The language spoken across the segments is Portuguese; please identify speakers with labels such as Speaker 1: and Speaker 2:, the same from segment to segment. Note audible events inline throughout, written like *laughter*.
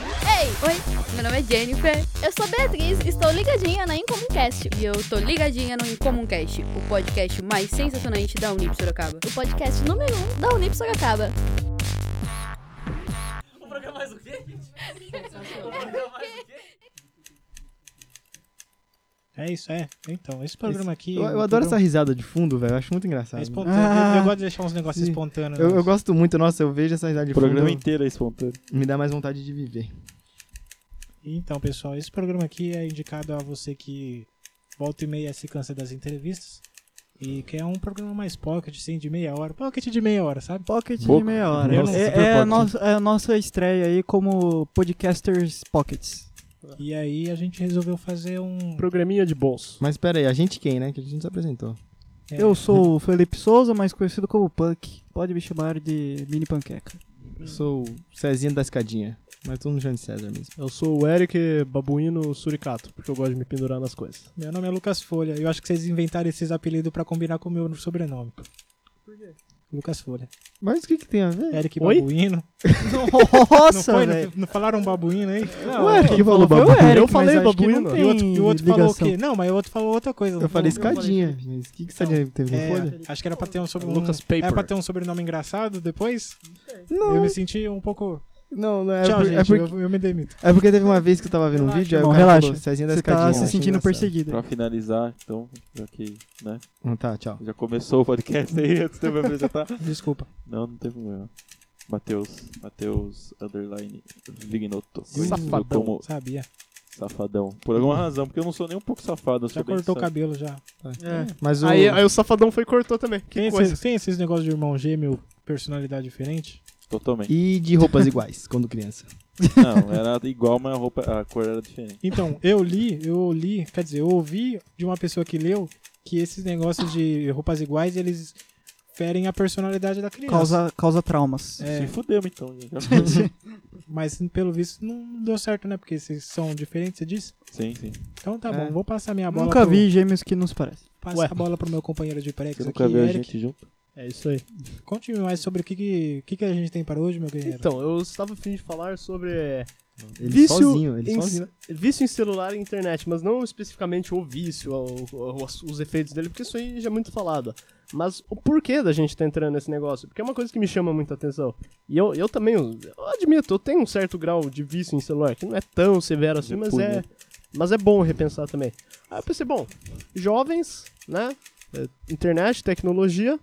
Speaker 1: Oi, meu nome é Jennifer.
Speaker 2: Eu sou Beatriz, estou ligadinha na Incomuncast,
Speaker 1: E eu tô ligadinha no Incomuncast, o podcast mais sensacionante da Unip Sorocaba.
Speaker 2: o podcast número 1 um da Unip Sorocaba.
Speaker 3: O programa mais o quê, gente? O programa mais o quê?
Speaker 4: É isso, é. Então, esse programa aqui.
Speaker 5: Eu, eu
Speaker 4: o
Speaker 5: adoro essa
Speaker 4: programa
Speaker 5: risada de fundo, velho. Eu acho muito engraçado.
Speaker 4: é espontâneo. eu, eu gosto de deixar uns negócios
Speaker 5: sim.
Speaker 4: espontâneos.
Speaker 5: *laughs*
Speaker 4: né?
Speaker 5: Eu, eu gosto muito, nossa, eu vejo essa risada de
Speaker 6: O programa
Speaker 5: fundo.
Speaker 6: inteiro é espontâneo.
Speaker 5: Me dá mais vontade de viver.
Speaker 4: Então, pessoal, esse programa aqui é indicado a você que volta e meia se cansa das entrevistas e quer um programa mais pocket, assim, de meia hora. Pocket de meia hora, sabe?
Speaker 7: Pocket
Speaker 6: Boca.
Speaker 7: de meia hora.
Speaker 4: Nossa,
Speaker 7: é,
Speaker 6: super
Speaker 7: é a
Speaker 6: pocket.
Speaker 7: nossa, é a nossa estreia aí como Podcasters Pockets.
Speaker 4: E aí a gente resolveu fazer um.
Speaker 8: Programinha de bolso.
Speaker 5: Mas pera aí, a gente quem, né? Que a gente não se apresentou.
Speaker 4: é,
Speaker 7: Eu sou o Felipe Souza, mais conhecido como Punk. Pode me chamar de Mini Panqueca.
Speaker 5: Eu sou o Cezinho da Escadinha. Mas todo mundo chama de César mesmo.
Speaker 8: Eu sou o Eric Babuino Suricato, porque eu gosto de me pendurar nas coisas.
Speaker 4: Meu nome é Lucas Folha. Eu acho que vocês inventaram esses apelidos pra combinar com o meu sobrenome. Por quê? Lucas Folha.
Speaker 5: Mas o que, que tem a ver?
Speaker 4: Eric
Speaker 8: Oi?
Speaker 4: Babuino. *laughs* não
Speaker 7: Nossa,
Speaker 4: foi?
Speaker 7: velho.
Speaker 4: Não, não falaram babuíno aí?
Speaker 8: Não,
Speaker 5: Ué, que falou
Speaker 7: foi o
Speaker 5: babuíno?
Speaker 7: Eric,
Speaker 8: eu
Speaker 7: mas
Speaker 8: falei
Speaker 7: acho que não
Speaker 8: babuíno.
Speaker 7: tem
Speaker 4: E o outro, e o outro falou o
Speaker 7: ligação.
Speaker 4: quê? Não, mas o outro falou outra coisa.
Speaker 5: Eu falei
Speaker 4: Não,
Speaker 5: escadinha. Então, Mas o que, que escadinha teve? Não
Speaker 4: É,
Speaker 5: foi?
Speaker 4: acho que era pra ter um sobrenome.
Speaker 8: Lucas
Speaker 4: Era
Speaker 8: Paper.
Speaker 4: pra ter um sobrenome engraçado depois? Eu
Speaker 5: Não,
Speaker 4: me senti um pouco.
Speaker 5: não, não é,
Speaker 4: Tchau,
Speaker 5: por- é
Speaker 4: gente.
Speaker 5: porque,
Speaker 4: eu, eu me demito.
Speaker 5: é porque teve uma vez que eu tava vendo um vídeo, aí o
Speaker 7: irmão,
Speaker 5: cara
Speaker 7: relaxa.
Speaker 5: falou Cezinha da
Speaker 7: Você
Speaker 5: Escadinha.
Speaker 7: tá
Speaker 5: Eu
Speaker 7: se
Speaker 5: achei
Speaker 7: sentindo
Speaker 5: engraçado.
Speaker 7: perseguido.
Speaker 6: Pra finalizar, então, já que, né?
Speaker 5: Ah, Tá, tchau.
Speaker 6: Já começou o podcast aí *laughs* antes de eu me apresentar.
Speaker 4: Desculpa.
Speaker 6: Não, não tem problema. Mateus, Mateus underline Vignoto.
Speaker 8: Safadão.
Speaker 6: Como
Speaker 4: Sabia.
Speaker 6: safadão. Por alguma razão, porque eu não sou nem um pouco safado. Eu
Speaker 4: Já
Speaker 6: sou bem
Speaker 4: cortou o
Speaker 6: safado.
Speaker 4: cabelo já.
Speaker 5: Mas o...
Speaker 8: Aí, aí o safadão foi e cortou também. É.
Speaker 4: Tem
Speaker 8: Que coisa.
Speaker 4: esses, tem esses negócios de irmão gêmeo, personalidade diferente? *laughs*
Speaker 6: Totalmente.
Speaker 5: E de roupas iguais, quando criança.
Speaker 6: Não, era igual, mas a roupa, a cor era diferente.
Speaker 4: Então, eu li, eu li, quer dizer, eu ouvi de uma pessoa que leu que esses negócios de roupas iguais, eles ferem a personalidade da criança.
Speaker 7: Causa, causa traumas.
Speaker 4: É.
Speaker 6: Se fudemos então.
Speaker 4: *laughs*
Speaker 6: Já. sim,
Speaker 4: Mas pelo visto não deu certo, né? Porque vocês são diferentes, você disse?
Speaker 6: sim.
Speaker 4: Então tá
Speaker 5: É.
Speaker 4: bom, vou passar minha bola.
Speaker 7: Nunca
Speaker 4: pro-
Speaker 7: vi gêmeos que nos parecem.
Speaker 4: Passar a bola pro meu companheiro de prex
Speaker 6: Você
Speaker 4: aqui,
Speaker 6: nunca viu a
Speaker 4: Eric.
Speaker 6: gente junto? né?
Speaker 8: É isso aí.
Speaker 4: Conte mais sobre o que, que, que, que a gente tem para hoje, meu guerreiro.
Speaker 8: Então, eu estava afim de falar sobre
Speaker 5: Ele
Speaker 8: Vício
Speaker 5: sozinho, ele
Speaker 8: em,
Speaker 5: sozinho.
Speaker 8: vício em celular e internet, mas não especificamente o vício, o- o- os, os efeitos dele, porque isso aí já é muito falado. Mas o porquê da gente tá entrando nesse negócio? Porque é uma coisa que me chama muita atenção. E eu, eu também, eu admito, eu tenho um certo grau de vício em celular, que não é tão severo assim,
Speaker 6: De
Speaker 8: mas
Speaker 6: punha.
Speaker 8: é, mas é bom repensar também. Aí eu pensei, bom, jovens, né? É, Internet, tecnologia,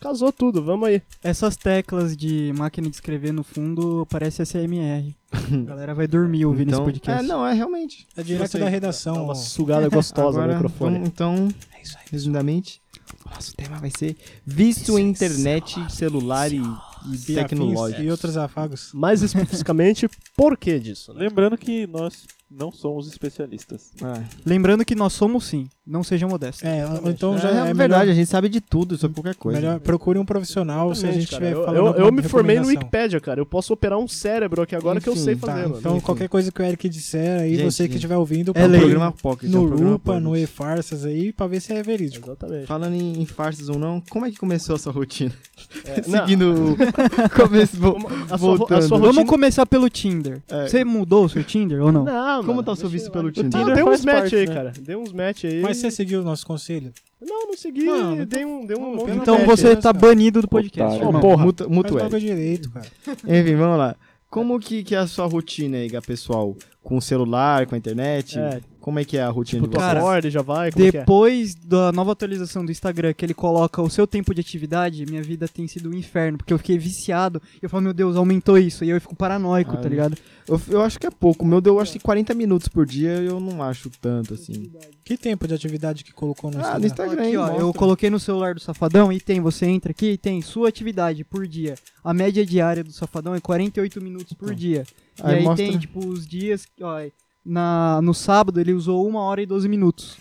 Speaker 8: casou tudo, vamos aí.
Speaker 7: Essas teclas de máquina de escrever no fundo parece SMR. A galera vai dormir ouvindo
Speaker 5: Então-
Speaker 7: esse podcast.
Speaker 5: É, não, é realmente.
Speaker 4: é direto da
Speaker 8: Dá
Speaker 4: redação.
Speaker 8: uma sugada gostosa
Speaker 5: Então, Agora,
Speaker 8: no microfone.
Speaker 5: vamos, então,
Speaker 4: É isso aí.
Speaker 5: resumidamente, o nosso tema vai ser vício em internet, celular, e- e, Ah,
Speaker 4: Piafins
Speaker 5: tecnológico.
Speaker 4: E outros afagos.
Speaker 8: Mais especificamente, por que disso, né?
Speaker 6: Lembrando que nós não somos especialistas.
Speaker 5: Ah,
Speaker 7: Lembrando que nós somos sim, não seja modesto.
Speaker 4: É, ou então
Speaker 5: é,
Speaker 4: já é,
Speaker 5: verdade,
Speaker 4: melhor,
Speaker 5: a gente sabe de tudo sobre qualquer coisa.
Speaker 4: melhor procure um profissional se a gente
Speaker 8: Exatamente, cara.
Speaker 4: estiver
Speaker 8: Eu-
Speaker 4: falando.
Speaker 8: eu, eu,
Speaker 4: alguma
Speaker 8: me formei no
Speaker 4: recomendação.
Speaker 8: Wikipedia, cara. Eu posso operar um cérebro aqui agora que eu
Speaker 5: Enfim,
Speaker 8: sei
Speaker 5: tá.
Speaker 8: fazer, mano.
Speaker 4: Então,
Speaker 5: Enfim.
Speaker 4: qualquer coisa que o Eric disser aí,
Speaker 5: Gente,
Speaker 4: você que
Speaker 5: gente.
Speaker 4: estiver ouvindo,
Speaker 5: É um
Speaker 4: procure
Speaker 8: né?
Speaker 5: programa pocket. é
Speaker 4: no
Speaker 5: um programa
Speaker 4: Lupa, no
Speaker 5: pocket.
Speaker 4: E-Farsas aí, pra ver se é verídico.
Speaker 8: Exatamente.
Speaker 5: Falando em, em farsas ou não, como é que começou a sua rotina? *laughs*
Speaker 8: É,
Speaker 5: Seguindo o
Speaker 8: *laughs*
Speaker 5: começo.
Speaker 8: não,
Speaker 5: Bom,
Speaker 8: como- a sua, ro- a sua
Speaker 5: Voltando.
Speaker 7: Vamos
Speaker 8: rotina...
Speaker 7: começar pelo Tinder.
Speaker 5: É.
Speaker 7: Você mudou o seu Tinder ou não?
Speaker 8: Não,
Speaker 5: como
Speaker 8: mano.
Speaker 5: tá o seu vício pelo
Speaker 8: Eu
Speaker 5: Tinder?
Speaker 8: tava-
Speaker 5: Tinder?
Speaker 8: dei uns faz match parte, aí, né? cara. Dei uns match aí.
Speaker 4: Mas você seguiu o nosso conselho?
Speaker 8: Não, não segui.
Speaker 4: Não, não
Speaker 8: dei um, dei um monte de
Speaker 4: pelo
Speaker 7: Então
Speaker 8: match
Speaker 4: amor de
Speaker 7: você
Speaker 4: Deus,
Speaker 7: tá
Speaker 4: cara.
Speaker 7: banido do podcast.
Speaker 6: Otário.
Speaker 8: Ô,
Speaker 7: irmão.
Speaker 8: porra.
Speaker 5: Muto,
Speaker 4: Faz
Speaker 5: muto
Speaker 4: logo
Speaker 5: Eric.
Speaker 4: direito, cara.
Speaker 5: Enfim, vamos lá. Como que, que é a sua rotina aí, pessoal? Com o celular, com a internet?
Speaker 8: É.
Speaker 5: Como é que é a rotina
Speaker 8: Tipo,
Speaker 5: de vocês?
Speaker 8: tu
Speaker 7: Cara,
Speaker 8: acorda e já vai, como que é?
Speaker 7: Depois da nova atualização do Instagram, que ele coloca o seu tempo de atividade, minha vida tem sido um inferno, porque eu fiquei viciado. E eu falo, meu Deus, aumentou isso. E eu fico paranoico,
Speaker 5: Ah,
Speaker 7: tá ligado?
Speaker 5: Eu, eu acho que é pouco. O meu deu, eu acho que 40 minutos por dia, eu não acho tanto assim.
Speaker 4: Que tempo de atividade que colocou no
Speaker 5: Ah,
Speaker 4: Instagram?
Speaker 5: no Instagram,
Speaker 7: Aqui, ó,
Speaker 5: hein,
Speaker 7: eu
Speaker 5: mostra.
Speaker 7: coloquei no celular do Safadão e tem, você entra aqui e tem sua atividade por dia. A média diária do Safadão é 48 minutos por dia. E
Speaker 5: Aí
Speaker 7: aí,
Speaker 5: mostra-
Speaker 7: tem, tipo, os dias. que, Ó, na, no sábado ele usou 1 hora e 12 minutos.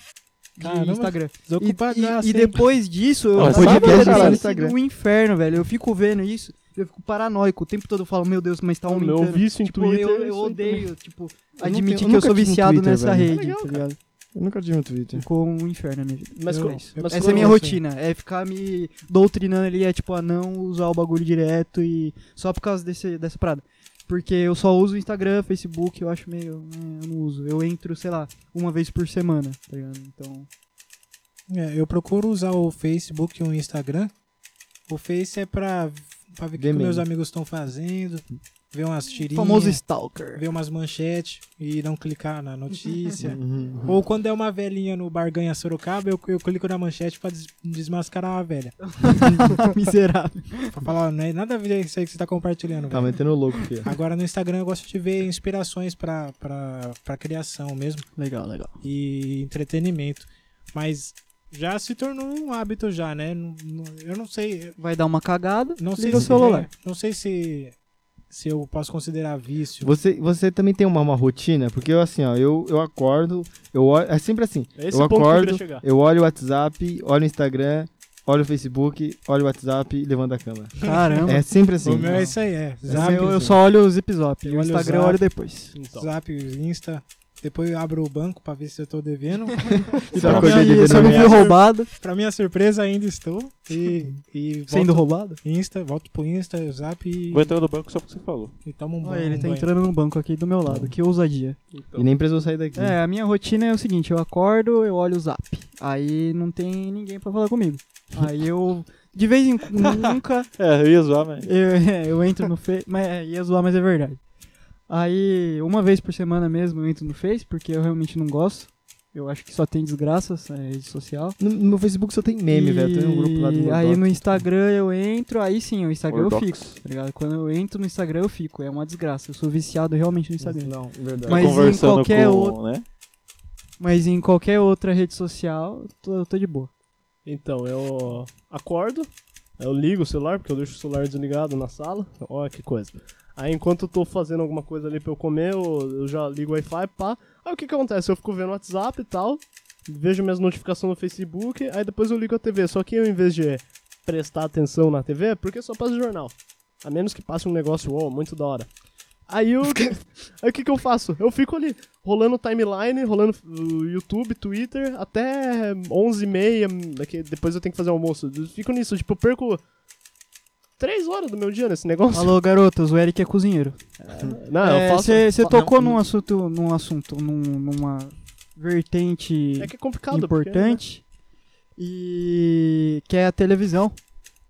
Speaker 7: De
Speaker 4: Caramba,
Speaker 7: Instagram. E,
Speaker 4: Desocupa
Speaker 7: e-
Speaker 4: a graça,
Speaker 7: e
Speaker 4: hein?
Speaker 7: depois disso, eu
Speaker 6: Não,
Speaker 7: eu
Speaker 6: sábado
Speaker 7: sabia
Speaker 5: é
Speaker 7: que
Speaker 5: diário
Speaker 7: era
Speaker 5: no
Speaker 7: sido
Speaker 5: Instagram.
Speaker 7: um inferno, velho. Eu fico vendo isso, eu fico paranoico. O tempo todo eu falo, meu Deus, mas tá
Speaker 8: O meu
Speaker 7: aumentando.
Speaker 8: vício em
Speaker 7: Tipo,
Speaker 8: Twitter...
Speaker 7: eu,
Speaker 8: é
Speaker 7: eu
Speaker 8: isso aí também.
Speaker 7: odeio, tipo,
Speaker 5: não tenho- eu
Speaker 7: admitir que eu
Speaker 5: nunca
Speaker 7: sou
Speaker 5: tive
Speaker 7: viciado
Speaker 5: Twitter,
Speaker 7: nessa
Speaker 5: velho.
Speaker 7: rede,
Speaker 8: é
Speaker 7: tá ligado?
Speaker 5: Eu nunca tive no Twitter.
Speaker 7: Ficou um inferno na minha vida.
Speaker 8: Mas,
Speaker 4: Eu-
Speaker 8: co-
Speaker 4: eu-
Speaker 8: mas
Speaker 7: Essa é
Speaker 8: quando-
Speaker 7: a minha
Speaker 4: Sim.
Speaker 7: rotina, é ficar me ah, doutrinando ali, é tipo, a não usar o bagulho direto e. Só por causa desse, dessa parada. Porque eu só uso Instagram, Facebook, eu acho meio. né, eu não uso. Eu entro, sei lá, uma vez por semana, tá ligado? Então.
Speaker 4: É, eu procuro usar o Facebook e o Instagram. O Face é pra, pra ver o que,
Speaker 5: Ver
Speaker 4: que meus
Speaker 5: meme.
Speaker 4: amigos estão fazendo, ver umas tirinhas,
Speaker 7: Famoso Stalker.
Speaker 4: ver umas manchetes e não clicar na notícia.
Speaker 5: *laughs* Uhum.
Speaker 4: Ou quando é uma velhinha no Barganha Sorocaba, eu, eu clico na manchete pra des- desmascarar a velha.
Speaker 7: *laughs* Miserável.
Speaker 4: Pra falar, não é nada a ver isso aí que você tá compartilhando.
Speaker 5: Tá
Speaker 4: velho.
Speaker 5: metendo louco, filho.
Speaker 4: Agora no Instagram eu gosto de ver inspirações pra, pra, pra criação mesmo
Speaker 7: Legal, legal.
Speaker 4: e entretenimento. Mas já se tornou um hábito já, né? Não- não- Eu não sei,
Speaker 7: Vai dar uma cagada.
Speaker 4: Não sei
Speaker 7: liga o
Speaker 4: se é,
Speaker 7: celular.
Speaker 4: Não sei se se eu posso considerar vício.
Speaker 5: Você, você também tem uma, uma rotina? Porque eu, assim, ó, eu, eu acordo, eu olho. É sempre assim.
Speaker 8: É esse
Speaker 5: eu
Speaker 8: o ponto que eu queria
Speaker 5: acordo,
Speaker 8: chegar.
Speaker 5: eu olho o WhatsApp, olho o Instagram, olho o Facebook, olho o WhatsApp e levanto a cama.
Speaker 7: Caramba.
Speaker 5: É sempre assim.
Speaker 4: o meu é isso aí, é. Zap,
Speaker 7: eu, eu só olho o Zip Zop.
Speaker 4: Eu
Speaker 7: o
Speaker 4: olho o
Speaker 7: Instagram eu
Speaker 4: Zap.
Speaker 7: olho depois.
Speaker 8: Então.
Speaker 4: Zap, Insta. Depois eu abro o banco pra ver se eu tô
Speaker 7: *laughs*
Speaker 4: devendo.
Speaker 5: Se
Speaker 4: pra
Speaker 5: eu acordei
Speaker 4: mim,
Speaker 5: devendo
Speaker 7: se
Speaker 5: na
Speaker 7: eu me
Speaker 5: minha-
Speaker 7: vi roubado,
Speaker 4: pra minha surpresa, ainda estou. E, e volto
Speaker 7: sendo roubado.
Speaker 4: Insta, volto pro Insta, Zap e,
Speaker 6: Vou entrar no banco só porque você falou.
Speaker 4: e tomo um banho.
Speaker 7: Olha, ele
Speaker 4: um
Speaker 7: tá
Speaker 4: banho.
Speaker 7: entrando no banco aqui do meu lado. Que ousadia.
Speaker 5: E nem precisou sair daqui.
Speaker 7: É, a minha rotina é o seguinte: eu acordo, eu olho o zap. Aí não tem ninguém pra falar comigo. Aí eu. De vez em
Speaker 5: *laughs*
Speaker 7: quando, nunca.
Speaker 6: É, eu ia zoar, mas.
Speaker 7: Eu, é, eu entro no Face. Mas é, ia zoar, mas é verdade. Aí, uma vez por semana mesmo, eu entro no Face, porque eu realmente não gosto. Eu acho que só tem desgraças, é rede social.
Speaker 5: No, no meu Facebook só tem meme,
Speaker 7: E
Speaker 5: velho. Tem um grupo lá do
Speaker 7: Aí
Speaker 5: Murdoch.
Speaker 7: no Instagram eu entro, aí sim, o Instagram
Speaker 6: Mordox.
Speaker 7: eu fico, tá ligado? Quando eu entro no Instagram eu fico, é uma desgraça. Eu sou viciado realmente no Instagram.
Speaker 5: Não, verdade.
Speaker 7: Mas em
Speaker 6: conversando
Speaker 7: qualquer
Speaker 6: com,
Speaker 7: outro-
Speaker 6: né?
Speaker 7: Mas em qualquer outra rede social, eu tô, eu tô de boa.
Speaker 8: Então, eu acordo, eu ligo o celular, porque eu deixo o celular desligado na sala. Olha que coisa. Aí enquanto eu tô fazendo alguma coisa ali pra eu comer, eu, eu já ligo o Wi-Fi, pá. Aí o que que acontece? Eu fico vendo o WhatsApp e tal, vejo minhas notificações no Facebook, aí depois eu ligo a TV. Só que eu, em vez de prestar atenção na TV, porque só passa jornal. A menos que passe um negócio, uou, muito da hora. Aí eu. aí o que que eu faço? Eu fico ali, rolando timeline, rolando uh, YouTube, Twitter, até 11h30, daqui- depois eu tenho que fazer almoço. Eu fico nisso, tipo, eu perco 3 horas do meu dia nesse negócio.
Speaker 7: Alô, garotas, o Eric é cozinheiro.
Speaker 8: Não, Ah, eu faço.
Speaker 7: Você
Speaker 8: fa-
Speaker 7: É, tocou num assunto, num assunto, num- numa vertente
Speaker 8: É que é complicado. porque,
Speaker 7: importante e que é a televisão.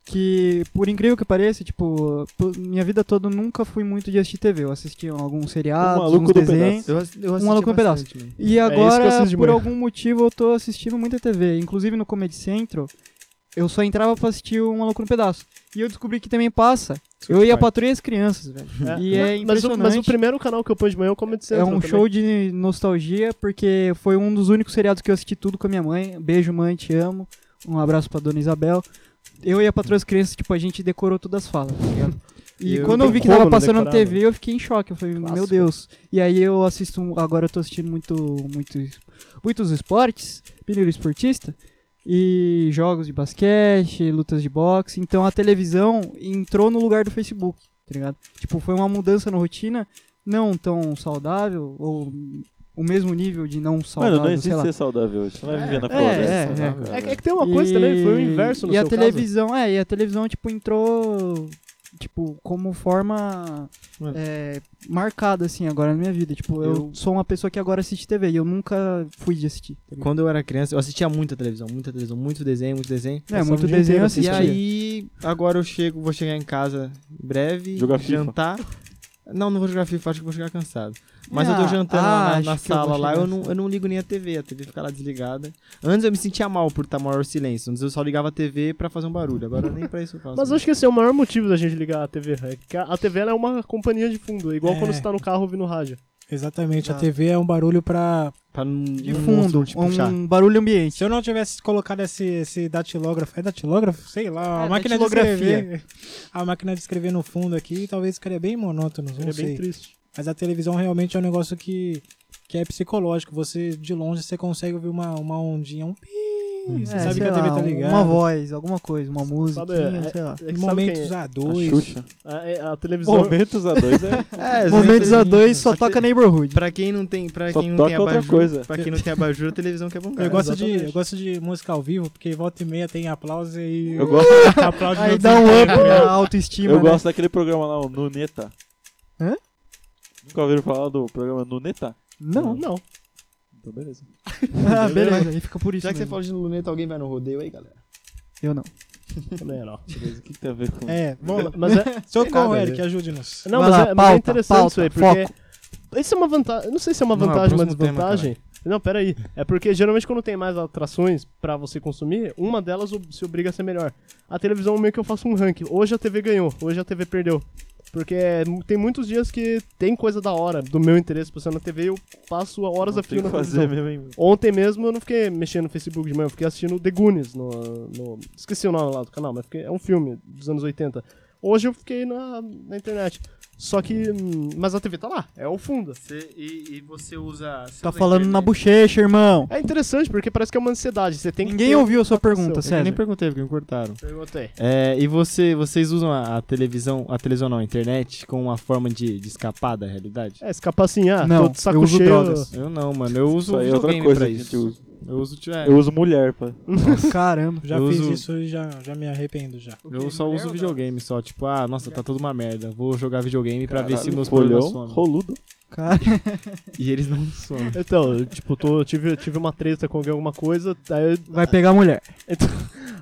Speaker 7: Que, por incrível que pareça, tipo, pu- minha vida toda eu nunca fui muito de assistir TV. Eu assisti alguns seriados,
Speaker 6: Maluco
Speaker 7: alguns
Speaker 6: do
Speaker 7: desenhos.
Speaker 5: Eu, ass- eu
Speaker 7: Um
Speaker 5: assisti
Speaker 7: Maluco no Pedaço.
Speaker 5: bastante, mano.
Speaker 8: É
Speaker 7: E
Speaker 8: que eu
Speaker 7: agora,
Speaker 8: assisto de
Speaker 7: por
Speaker 8: manhã.
Speaker 7: algum motivo, eu tô assistindo muita TV. Inclusive no Comedy Central, eu só entrava pra assistir o Maluco no Pedaço. E eu descobri que também passa. Eu ia pra três crianças, velho.
Speaker 8: é né?
Speaker 7: E é
Speaker 8: mas, o,
Speaker 7: impressionante.
Speaker 8: mas o primeiro canal que eu ponho de manhã é o Comedy
Speaker 7: É
Speaker 8: Central.
Speaker 7: um
Speaker 8: também.
Speaker 7: show de nostalgia, porque foi um dos únicos seriados que eu assisti tudo com a minha mãe. Beijo, mãe, te amo. Um abraço pra dona Isabel. Eu e a patroa das crianças, tipo, a gente decorou todas as falas, tá ligado? E
Speaker 5: Eu-
Speaker 7: quando eu
Speaker 8: tem
Speaker 7: vi que
Speaker 8: como
Speaker 7: tava
Speaker 8: não
Speaker 7: passando na
Speaker 8: decorar, né?
Speaker 7: TV, eu fiquei em choque. Eu falei, meu
Speaker 8: Clássico.
Speaker 7: Deus. E aí eu assisto, um- agora eu tô assistindo muito, muito, muitos esportes, período esportista, e jogos de basquete, lutas de boxe. Então a televisão entrou no lugar do Facebook, tá ligado? Tipo, foi uma mudança na rotina não tão saudável, ou o mesmo nível de não saudável,
Speaker 6: Mano, não
Speaker 7: sei
Speaker 6: existe
Speaker 7: lá.
Speaker 6: ser saudável hoje. Você não vai viver na
Speaker 8: É,
Speaker 6: floresta.
Speaker 7: é, é.
Speaker 6: né,
Speaker 8: É, que-
Speaker 6: cara?
Speaker 8: é que tem uma coisa também, foi o
Speaker 7: E-
Speaker 8: inverso no
Speaker 7: E a
Speaker 8: seu caso.
Speaker 7: televisão, é, e a televisão, tipo, entrou, tipo, como forma
Speaker 5: Mano.
Speaker 7: é, marcada, assim, agora na minha vida. Tipo, eu,
Speaker 5: Eu-
Speaker 7: sou uma pessoa que agora assiste TV e eu nunca fui de assistir. tá ligado?
Speaker 5: Quando eu era criança, eu assistia muita televisão, muita televisão, muito desenho, muito desenho.
Speaker 7: é,
Speaker 4: Passava
Speaker 7: muito
Speaker 4: o dia
Speaker 7: desenho eu
Speaker 4: inteiro
Speaker 5: E
Speaker 7: assistia.
Speaker 5: aí, agora eu chego, vou chegar em casa em breve,
Speaker 6: Jogar FIFA.
Speaker 5: jantar. Não, não vou jogar FIFA, acho que vou chegar cansado. Mas eu
Speaker 7: Ah,
Speaker 5: tô jantando lá na,
Speaker 7: acho
Speaker 5: na
Speaker 7: que eu vou
Speaker 5: sala lá,
Speaker 7: chegar
Speaker 5: eu não,
Speaker 7: assim.
Speaker 5: eu não ligo nem a TV, a TV fica lá desligada. Antes eu me sentia mal por estar maior silêncio, antes eu só ligava a TV pra fazer um barulho, agora nem pra isso eu faço.
Speaker 8: Mas acho que esse é o maior motivo da gente ligar a TV. É que a, a TV ela é uma companhia de fundo, é igual
Speaker 4: É.
Speaker 8: quando você tá no carro ouvindo rádio.
Speaker 4: Exatamente, a
Speaker 5: Ah.
Speaker 4: TV é um barulho pra...
Speaker 5: Pra não,
Speaker 7: de
Speaker 5: não
Speaker 7: fundo,
Speaker 5: monstro te puxar.
Speaker 7: um barulho ambiente.
Speaker 4: Se eu não tivesse colocado esse, esse datilógrafo, é datilógrafo? Sei lá, a
Speaker 7: É,
Speaker 4: máquina de
Speaker 7: datilografia.
Speaker 4: escrever. A máquina de escrever no fundo aqui, talvez ficaria bem monótono, não
Speaker 8: É
Speaker 4: sei.
Speaker 8: bem triste.
Speaker 4: Mas a televisão realmente é um negócio que, que é psicológico. Você, de longe, você consegue ouvir uma, uma ondinha, um pi. Você
Speaker 7: É,
Speaker 4: sabe
Speaker 7: sei
Speaker 4: que a TV
Speaker 7: lá,
Speaker 4: tá ligada.
Speaker 7: Uma voz, alguma coisa, uma música,
Speaker 8: Sabe, é,
Speaker 7: sei lá.
Speaker 8: é que sabe
Speaker 4: momentos
Speaker 8: quem é?
Speaker 4: a
Speaker 5: Tá
Speaker 6: A
Speaker 4: dois.
Speaker 6: Xuxa.
Speaker 8: A- é- a televisão.
Speaker 6: Momentos a dois é.
Speaker 5: É,
Speaker 7: Momentos a dois só
Speaker 5: Só
Speaker 7: toca Neighborhood.
Speaker 5: Pra quem não tem, *laughs* pra
Speaker 6: Só
Speaker 5: quem não
Speaker 6: toca
Speaker 5: tem
Speaker 6: outra
Speaker 5: abajur,
Speaker 6: coisa.
Speaker 5: pra quem não tem abajur, a televisão que é bom.
Speaker 4: Eu gosto, de, eu gosto de música ao vivo, porque volta e meia tem aplauso e
Speaker 6: Eu gosto,
Speaker 4: aplaude
Speaker 7: Aí
Speaker 4: meu
Speaker 7: dá um
Speaker 4: desempenho.
Speaker 7: up na autoestima,
Speaker 6: eu
Speaker 7: né?
Speaker 6: gosto daquele programa lá, o Nuneta.
Speaker 7: Hã?
Speaker 6: Nunca ouviram falar do programa Nuneta?
Speaker 7: Não.
Speaker 8: Não.
Speaker 6: Então, beleza.
Speaker 7: Ah, beleza, aí fica por isso.
Speaker 5: Já que você
Speaker 7: mesmo.
Speaker 5: falou de luneta, alguém vai no rodeio aí, galera?
Speaker 7: Eu não.
Speaker 8: Também
Speaker 7: *laughs*
Speaker 8: não.
Speaker 6: Beleza, o que que tem a ver com
Speaker 4: É, bom,
Speaker 8: Mas é,
Speaker 4: socorro,
Speaker 8: nada a
Speaker 4: Eric,
Speaker 8: ver.
Speaker 4: ajude-nos.
Speaker 8: não,
Speaker 7: Vai
Speaker 8: mas
Speaker 7: lá,
Speaker 8: é, mas é
Speaker 7: pauta,
Speaker 8: interessante
Speaker 7: pauta,
Speaker 8: isso aí, porque. Isso é uma vantagem. Não sei se é uma
Speaker 5: Não, é o
Speaker 8: vantagem ou uma
Speaker 5: próximo tema,
Speaker 8: desvantagem. não, peraí. É porque geralmente quando tem mais atrações pra você consumir, uma delas ob- se obriga a ser melhor. A televisão meio que eu faço um ranking. Hoje a TV ganhou, hoje a TV perdeu. Porque mu- tem muitos dias que tem coisa da hora do meu interesse passando na TV e eu passo horas
Speaker 6: Não
Speaker 8: a fio
Speaker 6: tem
Speaker 8: na
Speaker 6: que
Speaker 8: televisão.
Speaker 6: fazer mesmo, hein?
Speaker 8: Ontem mesmo eu não fiquei mexendo no Facebook de manhã, eu fiquei assistindo The Goonies no, no- Esqueci o nome lá do canal, mas fiquei- é um filme dos anos 80. Hoje eu fiquei na, na internet. Só que. hum, Mas a TV tá lá, é o fundo.
Speaker 5: e, você usa.
Speaker 7: Tá falando na bochecha, irmão.
Speaker 8: É interessante, porque parece que é uma ansiedade. Você tem que.
Speaker 7: Ninguém
Speaker 8: ter-
Speaker 7: ouviu a sua pergunta,
Speaker 8: atenção.
Speaker 5: Eu nem
Speaker 7: César.
Speaker 5: perguntei porque me cortaram.
Speaker 8: Perguntei.
Speaker 5: É, e você, vocês usam a, a televisão, a televisão não, a internet, como uma forma de, de escapar da realidade?
Speaker 8: É, escapar assim, ah,
Speaker 7: Não,
Speaker 8: tô de saco
Speaker 7: eu uso
Speaker 8: cheio.
Speaker 5: *laughs*
Speaker 7: drogas.
Speaker 5: Eu não, mano. Eu uso
Speaker 6: Isso aí é outra
Speaker 5: videogame
Speaker 6: coisa
Speaker 5: pra
Speaker 6: que a gente
Speaker 5: isso.
Speaker 6: usa.
Speaker 5: Eu uso. É,
Speaker 6: Eu uso mulher, pá.
Speaker 7: Caramba.
Speaker 4: Já
Speaker 5: eu
Speaker 4: fiz
Speaker 5: uso-
Speaker 4: isso e já, já me arrependo já.
Speaker 5: eu só uso videogame só. Tipo, ah, nossa, tá tudo uma merda. Vou jogar videogame pra ver se
Speaker 6: Caralho,
Speaker 5: meus problemas
Speaker 6: folhão,
Speaker 5: somem.
Speaker 6: roludo.
Speaker 7: Cara,
Speaker 5: E eles não
Speaker 7: *laughs*
Speaker 5: somem.
Speaker 8: Então, eu, tipo, tô, eu tive, eu tive uma treta com alguém, alguma coisa, aí eu
Speaker 7: vai pegar a mulher.
Speaker 8: Então,